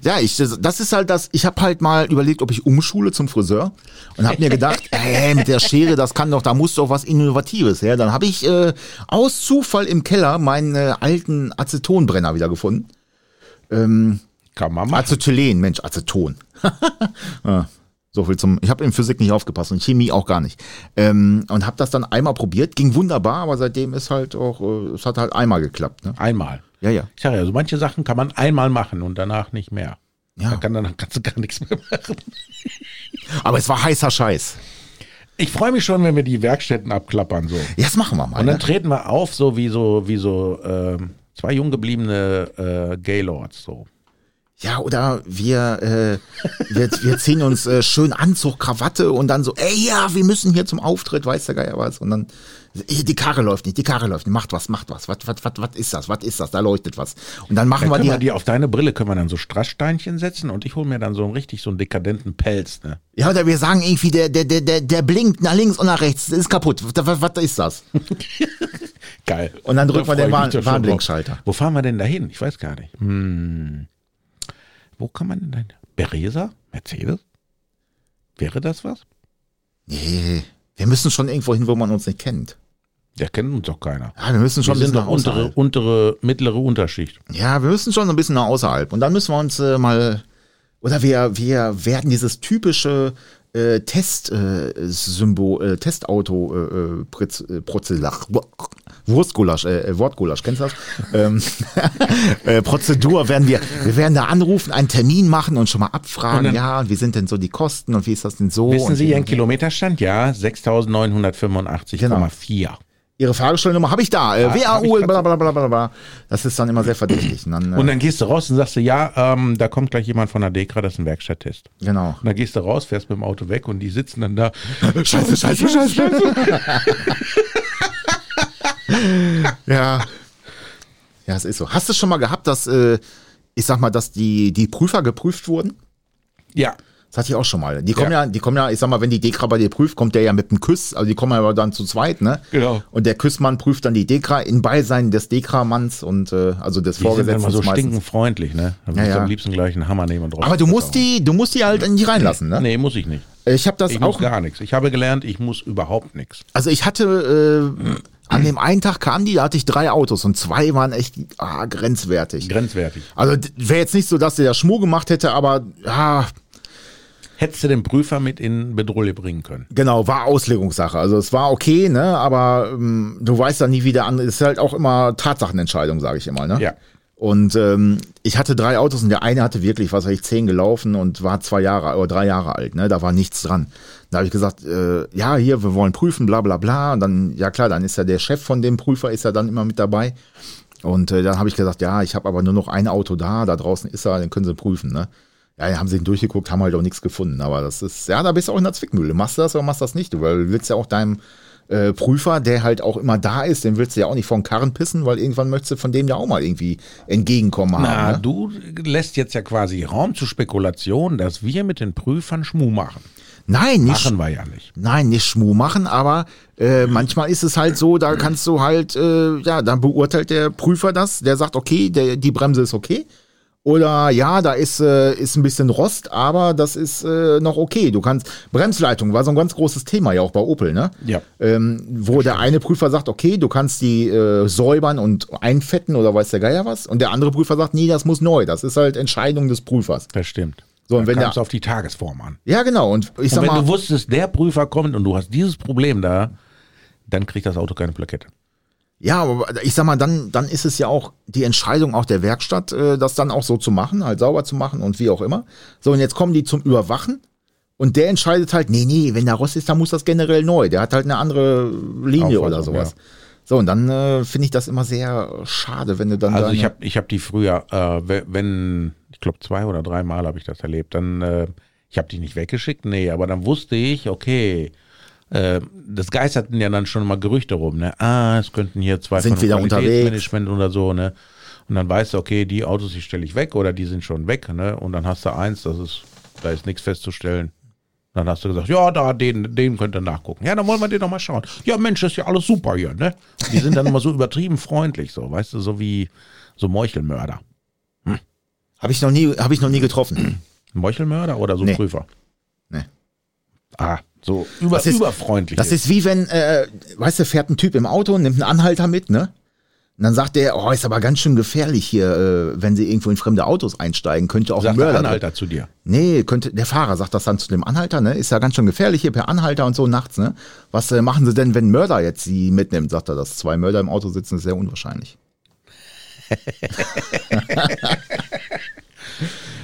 C: Ja, ich, das das ist halt das, ich habe halt mal überlegt, ob ich umschule zum Friseur und habe mir gedacht, ey, mit der Schere, das kann doch, da muss doch was Innovatives her. Dann habe ich äh, aus Zufall im Keller meinen äh, alten Acetonbrenner wieder gefunden.
B: Kann man machen.
C: Acetylen, Mensch, Aceton. Ah, so viel zum, ich habe in Physik nicht aufgepasst und Chemie auch gar nicht. Ähm, und habe das dann einmal probiert, ging wunderbar, aber seitdem ist halt auch, äh, es hat halt einmal geklappt. Ne?
B: Einmal.
C: Ja, ja.
B: Ich sage ja, so manche Sachen kann man einmal machen und danach nicht mehr.
C: Ja.
B: Da kann danach kannst du gar nichts mehr machen.
C: Aber es war heißer Scheiß.
B: Ich freue mich schon, wenn wir die Werkstätten abklappern so.
C: Ja, das machen wir mal.
B: Und dann
C: Ne?
B: treten wir auf, so wie so, wie so ähm, zwei jung gebliebene äh, Gaylords. So.
C: Ja, oder wir, äh, wir, wir ziehen uns äh, schön Anzug, Krawatte und dann so, ey ja, wir müssen hier zum Auftritt, weiß der Geier was. Und dann, ey, die Karre läuft nicht, die Karre läuft nicht, macht was, macht was, was, was, was, was ist das, was ist das, da leuchtet was. Und dann machen
B: Dann können
C: wir
B: wir
C: die,
B: die auf deine Brille können wir dann so Strasssteinchen setzen und ich hole mir dann so einen richtig so einen dekadenten Pelz. Ne?
C: ja, oder wir sagen irgendwie, der, der, der, der, der blinkt nach links und nach rechts, ist kaputt, was, was, was ist das?
B: Geil.
C: Und dann drücken wir
B: Da
C: den
B: freu ich mich doch
C: Warn-
B: schon
C: Warnblinkschalter.
B: drauf. Wo fahren wir denn da hin? Ich weiß gar nicht. Hm. Wo kann man denn da hin? Beresa? Mercedes? Wäre das was?
C: Nee, wir müssen schon irgendwo hin, wo man uns nicht kennt.
B: Der kennt uns doch keiner.
C: Ja, wir müssen schon
B: Wir
C: ein bisschen
B: sind
C: nach
B: doch untere,
C: außerhalb.
B: untere, mittlere Unterschicht.
C: Ja, wir müssen schon ein bisschen nach außerhalb. Und dann müssen wir uns äh, mal, oder wir, wir werden dieses typische äh, Test-Symbol, äh, Symbol- äh, Testauto, äh, äh, Pritz- äh, Prozelach, Wurstgulasch, äh, äh, Wortgulasch, kennst du das? ähm, äh, Prozedur werden wir, wir werden da anrufen, einen Termin machen und schon mal abfragen,
B: Und dann-
C: ja, und wie sind denn so die Kosten und wie ist das denn so?
B: Wissen
C: und
B: Sie
C: wie-
B: Ihren Kilometerstand? Ja, 6.985,4.
C: Genau. Ihre Fahrgestellnummer habe ich da, äh,
B: Ah, hab ich
C: WAU,
B: grad
C: bla bla bla bla bla. Das ist dann immer sehr verdächtig. Und dann, äh,
B: Und dann gehst du raus und sagst du, ja, ähm, da kommt gleich jemand von der Dekra, das ist ein Werkstatttest.
C: genau.
B: Und dann gehst du raus, fährst mit dem Auto weg und die sitzen dann da.
C: Scheiße, scheiße, scheiße, scheiße. ja. Ja, es ist so. Hast du schon mal gehabt, dass, äh, ich sag mal, dass die, die Prüfer geprüft wurden?
B: Ja.
C: Das hatte ich auch schon mal. Die kommen ja.
B: Ja.
C: die kommen ja, ich sag mal, wenn die Dekra bei dir prüft, kommt der ja mit einem Küss. Also die kommen ja aber dann zu zweit, ne?
B: Genau.
C: Und der Küssmann prüft dann die Dekra in Beisein des Dekra-Manns und äh, also des
B: Die sind dann mal
C: Vorgesetzten
B: so
C: meistens.
B: stinkend freundlich, ne? Dann willst
C: Ja,
B: du
C: ja.
B: am liebsten gleich einen Hammer nehmen und drauf.
C: Aber du musst die, du musst die halt nicht reinlassen, ne?
B: Nee, muss ich nicht.
C: Ich habe das
B: Ich
C: auch
B: muss gar nichts. Ich habe gelernt, ich muss überhaupt nichts.
C: Also ich hatte äh, an dem einen Tag kamen die, da hatte ich drei Autos und zwei waren echt ah, grenzwertig.
B: Grenzwertig.
C: Also wäre jetzt nicht so, dass der das Schmuh gemacht hätte, aber ja,
B: hättest du den Prüfer mit in Bedrohle bringen können.
C: Genau, war Auslegungssache. Also es war okay, ne? Aber ähm, du weißt dann nie, wie der andere. Es ist halt auch immer Tatsachenentscheidung, sage ich immer, ne?
B: Ja.
C: Und ähm, ich hatte drei Autos und der eine hatte wirklich, was weiß ich, zehn gelaufen und war zwei Jahre oder drei Jahre alt, ne? Da war nichts dran. Da habe ich gesagt, äh, ja, hier, wir wollen prüfen, bla bla bla. Und dann, ja klar, dann ist ja der Chef von dem Prüfer, ist ja dann immer mit dabei. Und äh, dann habe ich gesagt, ja, ich habe aber nur noch ein Auto da, da draußen ist er, den können sie prüfen, ne? Ja, dann haben sie ihn durchgeguckt, haben halt auch nichts gefunden. Aber das ist, ja, da bist du auch in der Zwickmühle. Machst du das oder machst du das nicht? Du, Weil du willst ja auch deinem äh, Prüfer, der halt auch immer da ist, den willst du ja auch nicht vom Karren pissen, weil irgendwann möchtest du von dem ja auch mal irgendwie entgegenkommen haben.
B: Na,
C: ne?
B: du lässt jetzt ja quasi Raum zur Spekulation, dass wir mit den Prüfern Schmuh machen.
C: Nein, nicht.
B: Machen wir ja nicht.
C: Nein, nicht Schmuh machen, aber äh,
B: Mhm.
C: manchmal ist es halt so, da kannst du halt, äh, ja, dann beurteilt der Prüfer das, der sagt, okay, der, die Bremse ist okay. Oder ja, da ist, äh, ist ein bisschen Rost, aber das ist äh, noch okay. Du kannst, Bremsleitung war so ein ganz großes Thema ja auch bei Opel, ne?
B: Ja.
C: ähm, wo der eine Prüfer sagt, okay, du kannst die äh, säubern und einfetten oder weiß der Geier was. Und der andere Prüfer sagt, nee, das muss neu. Das ist halt Entscheidung des Prüfers.
B: Das stimmt.
C: So, und
B: Dann
C: wenn der-
B: kam's auf die Tagesform an.
C: Ja, genau. Und ich
B: Und
C: sag
B: wenn
C: mal,
B: du wusstest, der Prüfer kommt und du hast dieses Problem da, dann kriegt das Auto keine Plakette.
C: ja, aber ich sag mal, dann, dann ist es ja auch die Entscheidung auch der Werkstatt, äh, das dann auch so zu machen, halt sauber zu machen und wie auch immer. So, und jetzt kommen die zum Überwachen. Und der entscheidet halt, nee, nee, wenn da Rost ist, dann muss das generell neu. Der hat halt eine andere Linie
B: Auffassung,
C: oder sowas.
B: ja.
C: So, und dann äh, finde ich das immer sehr schade, wenn du dann
B: Also
C: deine-
B: ich habe ich hab die früher, äh, we- wenn, ich glaube zwei oder dreimal habe ich das erlebt, dann, äh, ich habe die nicht weggeschickt, nee, aber dann wusste ich, okay, äh, das geisterten ja dann schon mal Gerüchte rum, ne? Ah, es könnten hier zwei
C: Sind
B: dem
C: wieder unterwegs.
B: Qualitätsmanagement oder so, ne? Und dann weißt du, okay, die Autos, die stelle ich weg oder die sind schon weg, ne? Und dann hast du eins, das ist, da ist nichts festzustellen. Dann hast du gesagt, ja, da, den, den könnt ihr nachgucken. Ja, dann wollen wir den noch mal schauen. Ja, Mensch, ist ja alles super hier, ne? Die sind dann immer so übertrieben freundlich, so, weißt du, so wie so Meuchelmörder.
C: Habe ich noch nie, habe ich noch nie getroffen.
B: Meuchelmörder oder so
C: Nee.
B: Prüfer?
C: Nee.
B: Ah, so über,
C: Das ist-
B: überfreundlich.
C: Das ist wie wenn, äh, weißt du, fährt ein Typ im Auto und nimmt einen Anhalter mit, ne? Und dann sagt der, oh, ist aber ganz schön gefährlich hier, äh, wenn sie irgendwo in fremde Autos einsteigen, könnte auch ein
B: sagt der
C: Mörder.
B: Anhalter zu dir.
C: Nee, könnte, der Fahrer sagt das dann zu dem Anhalter, ne? Ist ja ganz schön gefährlich hier per Anhalter und so nachts, ne? Was äh, machen sie denn, wenn ein Mörder jetzt sie mitnimmt, sagt er das. Zwei Mörder im Auto sitzen, ist sehr unwahrscheinlich.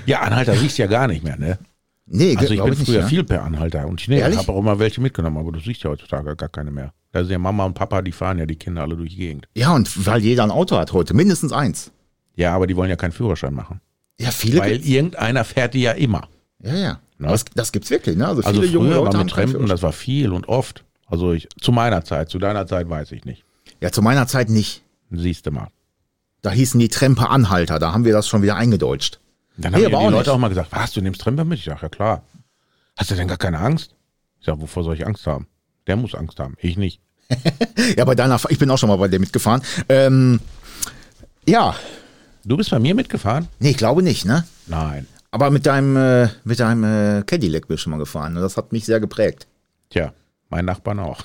B: Ja, Anhalter siehst ja gar nicht mehr, ne?
C: Nee,
B: Also ich
C: glaub
B: bin früher
C: ne?
B: viel per Anhalter und ich nee,
C: Ehrlich?
B: habe auch immer welche mitgenommen, aber du siehst ja heutzutage gar keine mehr. Da sind ja Mama und Papa, die fahren ja die Kinder alle durch die Gegend.
C: Ja, und weil jeder ein Auto hat heute, mindestens eins.
B: Ja, aber die wollen ja keinen Führerschein machen.
C: Ja, viele.
B: Weil irgendeiner fährt die ja immer.
C: ja, ja.
B: Ne?
C: Aber Das, das gibt's wirklich, ne? Also, viele
B: Also
C: junge
B: früher
C: Leute
B: war
C: haben
B: mit
C: keinen
B: Trampen, das war viel und oft. Also ich, zu meiner Zeit, zu deiner Zeit weiß ich nicht.
C: Ja, zu meiner Zeit nicht.
B: Siehst du mal.
C: Da hießen die Tremper Anhalter, da haben wir das schon wieder eingedeutscht.
B: Dann haben
C: Nee, aber
B: ja die
C: auch
B: Leute
C: nicht.
B: auch mal gesagt, was, du nimmst Tremper mit? Ich sag, ja klar. Hast du denn gar keine Angst? Ich sag, wovor soll ich Angst haben? Der muss Angst haben, ich nicht.
C: Ja, bei deiner, Fa- ich bin auch schon mal bei dir mitgefahren. Ähm, ja,
B: Du bist bei mir mitgefahren?
C: nee, ich glaube nicht, ne?
B: Nein.
C: Aber mit deinem, äh, mit deinem äh, Cadillac bin ich schon mal gefahren und das hat mich sehr geprägt.
B: Tja, mein Nachbarn auch.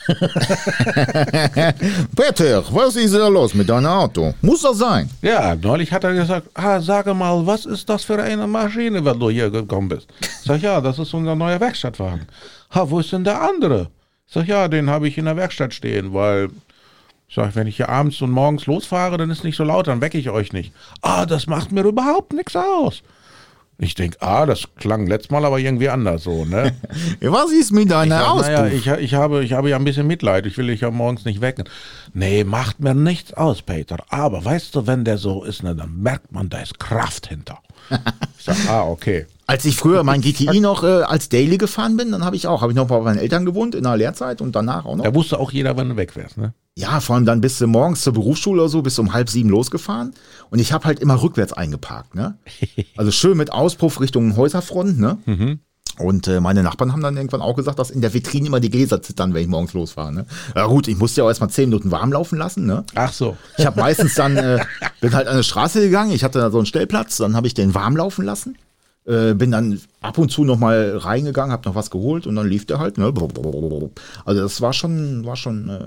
C: Peter, was ist da los mit deinem Auto? Muss das sein?
B: Ja, neulich hat er gesagt, ah, sage mal, was ist das für eine Maschine, wenn du hier gekommen bist? Ich sag, ja, das ist unser neuer Werkstattwagen. Ha, wo ist denn der andere? Ich sag, ja, den habe ich in der Werkstatt stehen, weil, ich sag, wenn ich hier abends und morgens losfahre, dann ist nicht so laut, dann wecke ich euch nicht. Ah, das macht mir überhaupt nichts aus. Ich denk, ah, das klang letztes Mal aber irgendwie anders so, ne?
C: Was ist mit deiner
B: Ja, naja,
C: Auspuff?
B: ich, ha- ich, habe, ich habe ja ein bisschen Mitleid. Ich will dich ja morgens nicht wecken. Nee, macht mir nichts aus, Peter. Aber weißt du, wenn der so ist, ne, dann merkt man, da ist Kraft hinter. Ich sag, ah, okay.
C: Als ich früher mein GTI noch äh, als Daily gefahren bin, dann habe ich auch, habe ich noch mal bei meinen Eltern gewohnt in der Lehrzeit und danach auch noch.
B: Da wusste auch jeder, wann du weg wärst, ne?
C: Ja, vor allem dann bist du morgens zur Berufsschule oder so, bist um halb sieben losgefahren und ich habe halt immer rückwärts eingeparkt, ne? Also schön mit Auspuff Richtung Häuserfront, ne? Und äh, meine Nachbarn haben dann irgendwann auch gesagt, dass in der Vitrine immer die Gläser zittern, wenn ich morgens losfahre. Ne? Ja gut, ich musste ja auch erstmal zehn Minuten warm laufen lassen, ne?
B: Ach so.
C: Ich habe meistens dann, äh, bin halt an eine Straße gegangen, ich hatte da so einen Stellplatz, dann habe ich den warm laufen lassen, äh, bin dann ab und zu nochmal reingegangen, habe noch was geholt und dann lief der halt. Ne? Also das war schon, war schon äh,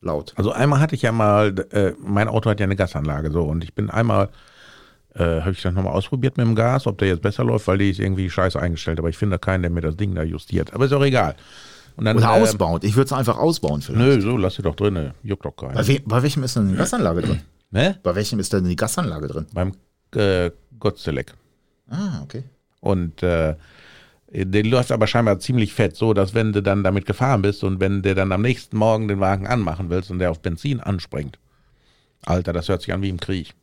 C: laut.
B: Also einmal hatte ich ja mal, äh, mein Auto hat ja eine Gasanlage so und ich bin einmal Äh, Habe ich das nochmal ausprobiert mit dem Gas, ob der jetzt besser läuft, weil die ist irgendwie scheiße eingestellt. Aber ich finde da keinen, der mir das Ding da justiert. Aber ist auch egal. Und dann,
C: Oder
B: äh,
C: ausbaut. Ich würde es einfach ausbauen vielleicht.
B: Nö, so, lass sie doch drinne. Juckt doch
C: Bei,
B: keinen.
C: we bei welchem ist denn die Gasanlage drin?
B: Ne?
C: Bei welchem ist denn die Gasanlage drin?
B: Beim äh, Gottselec.
C: Ah, okay.
B: Und äh, der läuft aber scheinbar ziemlich fett, so dass wenn du dann damit gefahren bist und wenn du dann am nächsten Morgen den Wagen anmachen willst und der auf Benzin anspringt, Alter, das hört sich an wie im Krieg.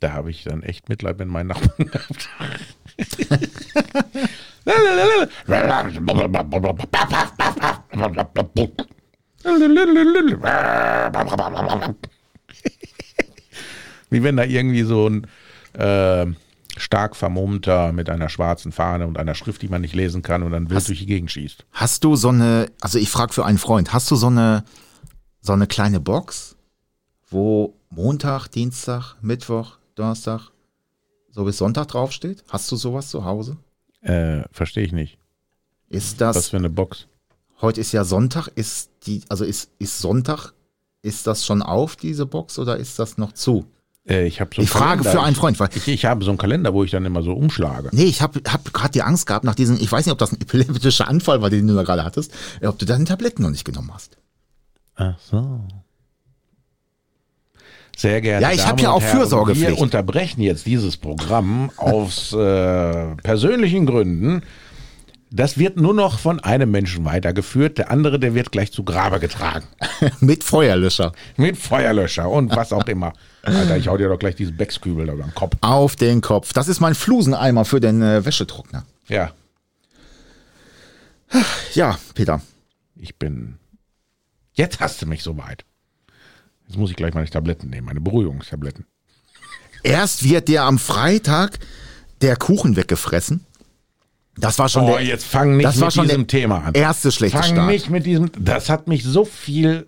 B: Da habe ich dann echt Mitleid mit meinen Nachbarn gehabt. Wie wenn da irgendwie so ein äh, stark vermummter mit einer schwarzen Fahne und einer Schrift, die man nicht lesen kann und dann wild durch die Gegend schießt.
C: Hast du so eine, also ich frage für einen Freund, hast du so eine, so eine kleine Box, wo Montag, Dienstag, Mittwoch, Donnerstag, so bis Sonntag draufsteht? Hast du sowas zu Hause?
B: Äh, Verstehe ich nicht.
C: Ist
B: Was
C: das,
B: für eine Box.
C: heute ist ja Sonntag, ist die, also ist, ist Sonntag, ist das schon auf, diese Box, oder ist das noch zu?
B: Äh, ich habe so
C: Ich frage für einen
B: Kalender.
C: Freund, weil
B: Ich, ich habe so einen Kalender, wo ich dann immer so umschlage.
C: Nee, ich habe hab gerade die Angst gehabt nach diesem, ich weiß nicht, ob das ein epileptischer Anfall war, den du da gerade hattest, äh, ob du deine Tabletten noch nicht genommen hast.
B: Ach so. Sehr gerne.
C: Ja, ich hab
B: Damen
C: ja
B: und
C: auch
B: Herren,
C: Fürsorgepflicht.
B: Wir unterbrechen jetzt dieses Programm aus äh, persönlichen Gründen. Das wird nur noch von einem Menschen weitergeführt. Der andere, der wird gleich zu Grabe getragen.
C: Mit Feuerlöscher.
B: Mit Feuerlöscher und was auch immer. Alter, ich hau dir doch gleich diesen Beckskübel da über den Kopf.
C: Auf den Kopf. Das ist mein Fluseneimer für den äh, Wäschetrockner.
B: Ja,
C: Ja, Peter.
B: ich bin. Jetzt hast du mich soweit. Jetzt muss ich gleich meine Tabletten nehmen, meine Beruhigungstabletten.
C: Erst wird dir am Freitag der Kuchen weggefressen. Das war schon
B: Oh,
C: der
B: jetzt fang nicht
C: das war
B: mit
C: schon
B: diesem
C: der
B: Thema an.
C: erste schlechte
B: Fang
C: Start.
B: nicht mit diesem. Das hat mich so viel.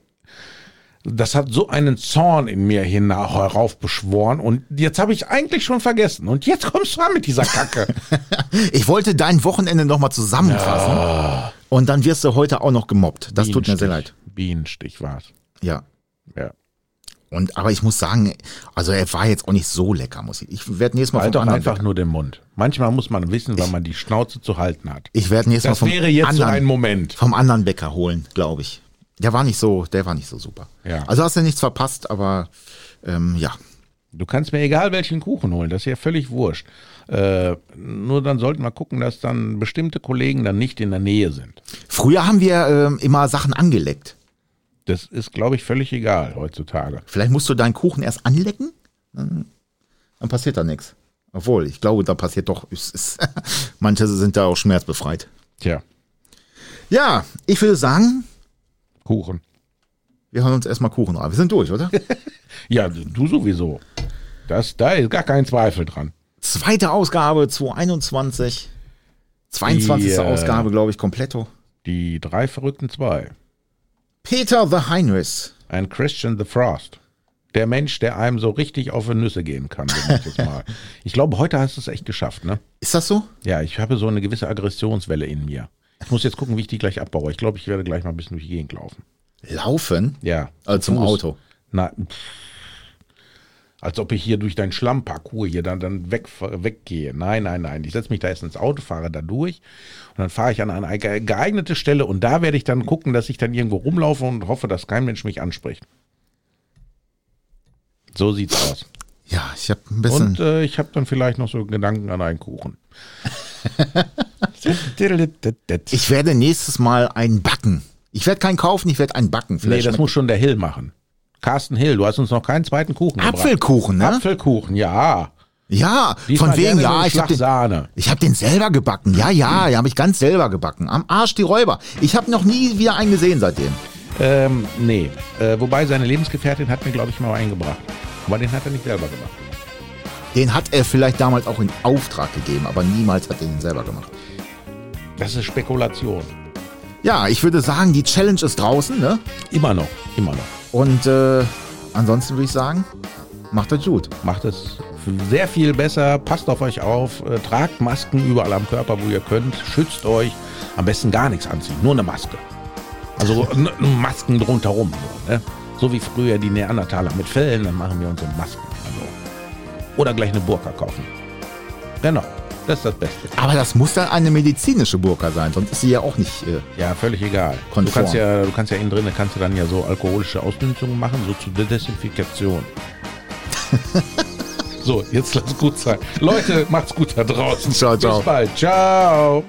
B: Das hat so einen Zorn in mir hina- heraufbeschworen. Und jetzt habe ich eigentlich schon vergessen. Und jetzt kommst du an mit dieser Kacke.
C: Ich wollte dein Wochenende nochmal zusammenfassen. Und dann wirst du heute auch noch gemobbt. Das tut mir sehr leid.
B: Bienenstich war's.
C: Ja.
B: Ja.
C: Und, aber ich muss sagen, also er war jetzt auch nicht so lecker, muss ich. Ich werde nächstes Mal
B: Halt
C: vom
B: doch
C: anderen
B: einfach
C: weg.
B: nur den Mund. Manchmal muss man wissen, wann man die Schnauze zu halten hat.
C: Ich werde nächstes Mal
B: Das
C: vom
B: wäre jetzt so
C: anderen,
B: ein Moment.
C: vom anderen Bäcker holen, glaube ich. Der war nicht so, der war nicht so super.
B: Ja.
C: Also hast du nichts verpasst, aber ähm, ja.
B: Du kannst mir egal welchen Kuchen holen, das ist ja völlig wurscht. Äh, nur dann sollten wir gucken, dass dann bestimmte Kollegen dann nicht in der Nähe sind.
C: Früher haben wir ähm, immer Sachen angeleckt.
B: Das ist, glaube ich, völlig egal heutzutage.
C: Vielleicht musst du deinen Kuchen erst anlecken, dann- dann passiert da nichts. Obwohl, ich glaube, da passiert doch. Es ist, manche sind da auch schmerzbefreit.
B: Tja,
C: Ja, ich würde sagen,
B: Kuchen.
C: wir hören uns erstmal Kuchen rein. Wir sind durch, oder?
B: Ja, du sowieso. Das, da ist gar kein Zweifel dran.
C: Zweite Ausgabe 2021. 22.
B: Die, äh,
C: Ausgabe, glaube ich, kompletto.
B: Die drei verrückten zwei.
C: Peter the Heinrichs.
B: Ein Christian the Frost. Der Mensch, der einem so richtig auf die Nüsse gehen kann. wenn ich Jetzt mal. Ich glaube, heute hast du es echt geschafft, ne?
C: Ist das so?
B: Ja, ich habe so eine gewisse Aggressionswelle in mir. Ich muss jetzt gucken, wie ich die gleich abbaue. Ich glaube, ich werde gleich mal ein bisschen durch die Gegend laufen.
C: Laufen?
B: Ja.
C: Also zum
B: Fuß.
C: Auto.
B: Na, pff. als ob ich hier durch deinen Schlammparcours hier dann, dann weg, weggehe. Nein, nein, nein. Ich setze mich da erst ins Auto, fahre da durch und dann fahre ich an eine ge- geeignete Stelle und da werde ich dann gucken, dass ich dann irgendwo rumlaufe und hoffe, dass kein Mensch mich anspricht. So sieht's aus.
C: Ja, ich habe ein bisschen.
B: Und äh, ich habe dann vielleicht noch so Gedanken an einen Kuchen.
C: ich werde nächstes Mal einen backen. Ich werde keinen kaufen, ich werde einen backen.
B: nee,
C: Vielleicht
B: das
C: schmeckt-
B: muss schon der Hill machen. Carsten Hill, du hast uns noch keinen zweiten Kuchen gebracht.
C: Apfelkuchen, ne?
B: Apfelkuchen, ja.
C: ja,
B: Diesmal
C: von wegen,
B: gerne so
C: ja,
B: einen
C: ich habe
B: Schlag
C: den,
B: Sahne.
C: ich hab den selber gebacken. Ja, ja, ja, habe ich ganz selber gebacken. Am Arsch die Räuber. Ich habe noch nie wieder einen gesehen seitdem.
B: Ähm, nee. Äh, wobei seine Lebensgefährtin hat mir, glaube ich, mal eingebracht. Aber den hat er nicht selber gemacht.
C: Den hat er vielleicht damals auch in Auftrag gegeben, aber niemals hat er den selber gemacht.
B: Das ist Spekulation.
C: Ja, ich würde sagen, die Challenge ist draußen, ne?
B: Immer noch, immer noch.
C: Und äh, ansonsten würde ich sagen, macht das gut.
B: Macht es sehr viel besser. Passt auf euch auf. Äh, tragt Masken überall am Körper, wo ihr könnt. Schützt euch. Am besten gar nichts anziehen. Nur eine Maske. Also n- n- Masken rundherum. So, ne? so wie früher die Neandertaler mit Fellen. Dann machen wir unsere Masken. Also, Oder gleich eine Burka kaufen. Genau, das ist das Beste.
C: Aber das muss dann eine medizinische Burka sein, sonst ist sie ja auch nicht. Äh,
B: Ja, völlig egal. Du
C: Konform.
B: kannst ja, du kannst ja innen drin, kannst du dann ja so alkoholische Ausdünstungen machen, so zur Desinfektion. so, jetzt lass gut sein. Leute, macht's gut da draußen.
C: Ciao, ciao.
B: Bis bald. Ciao.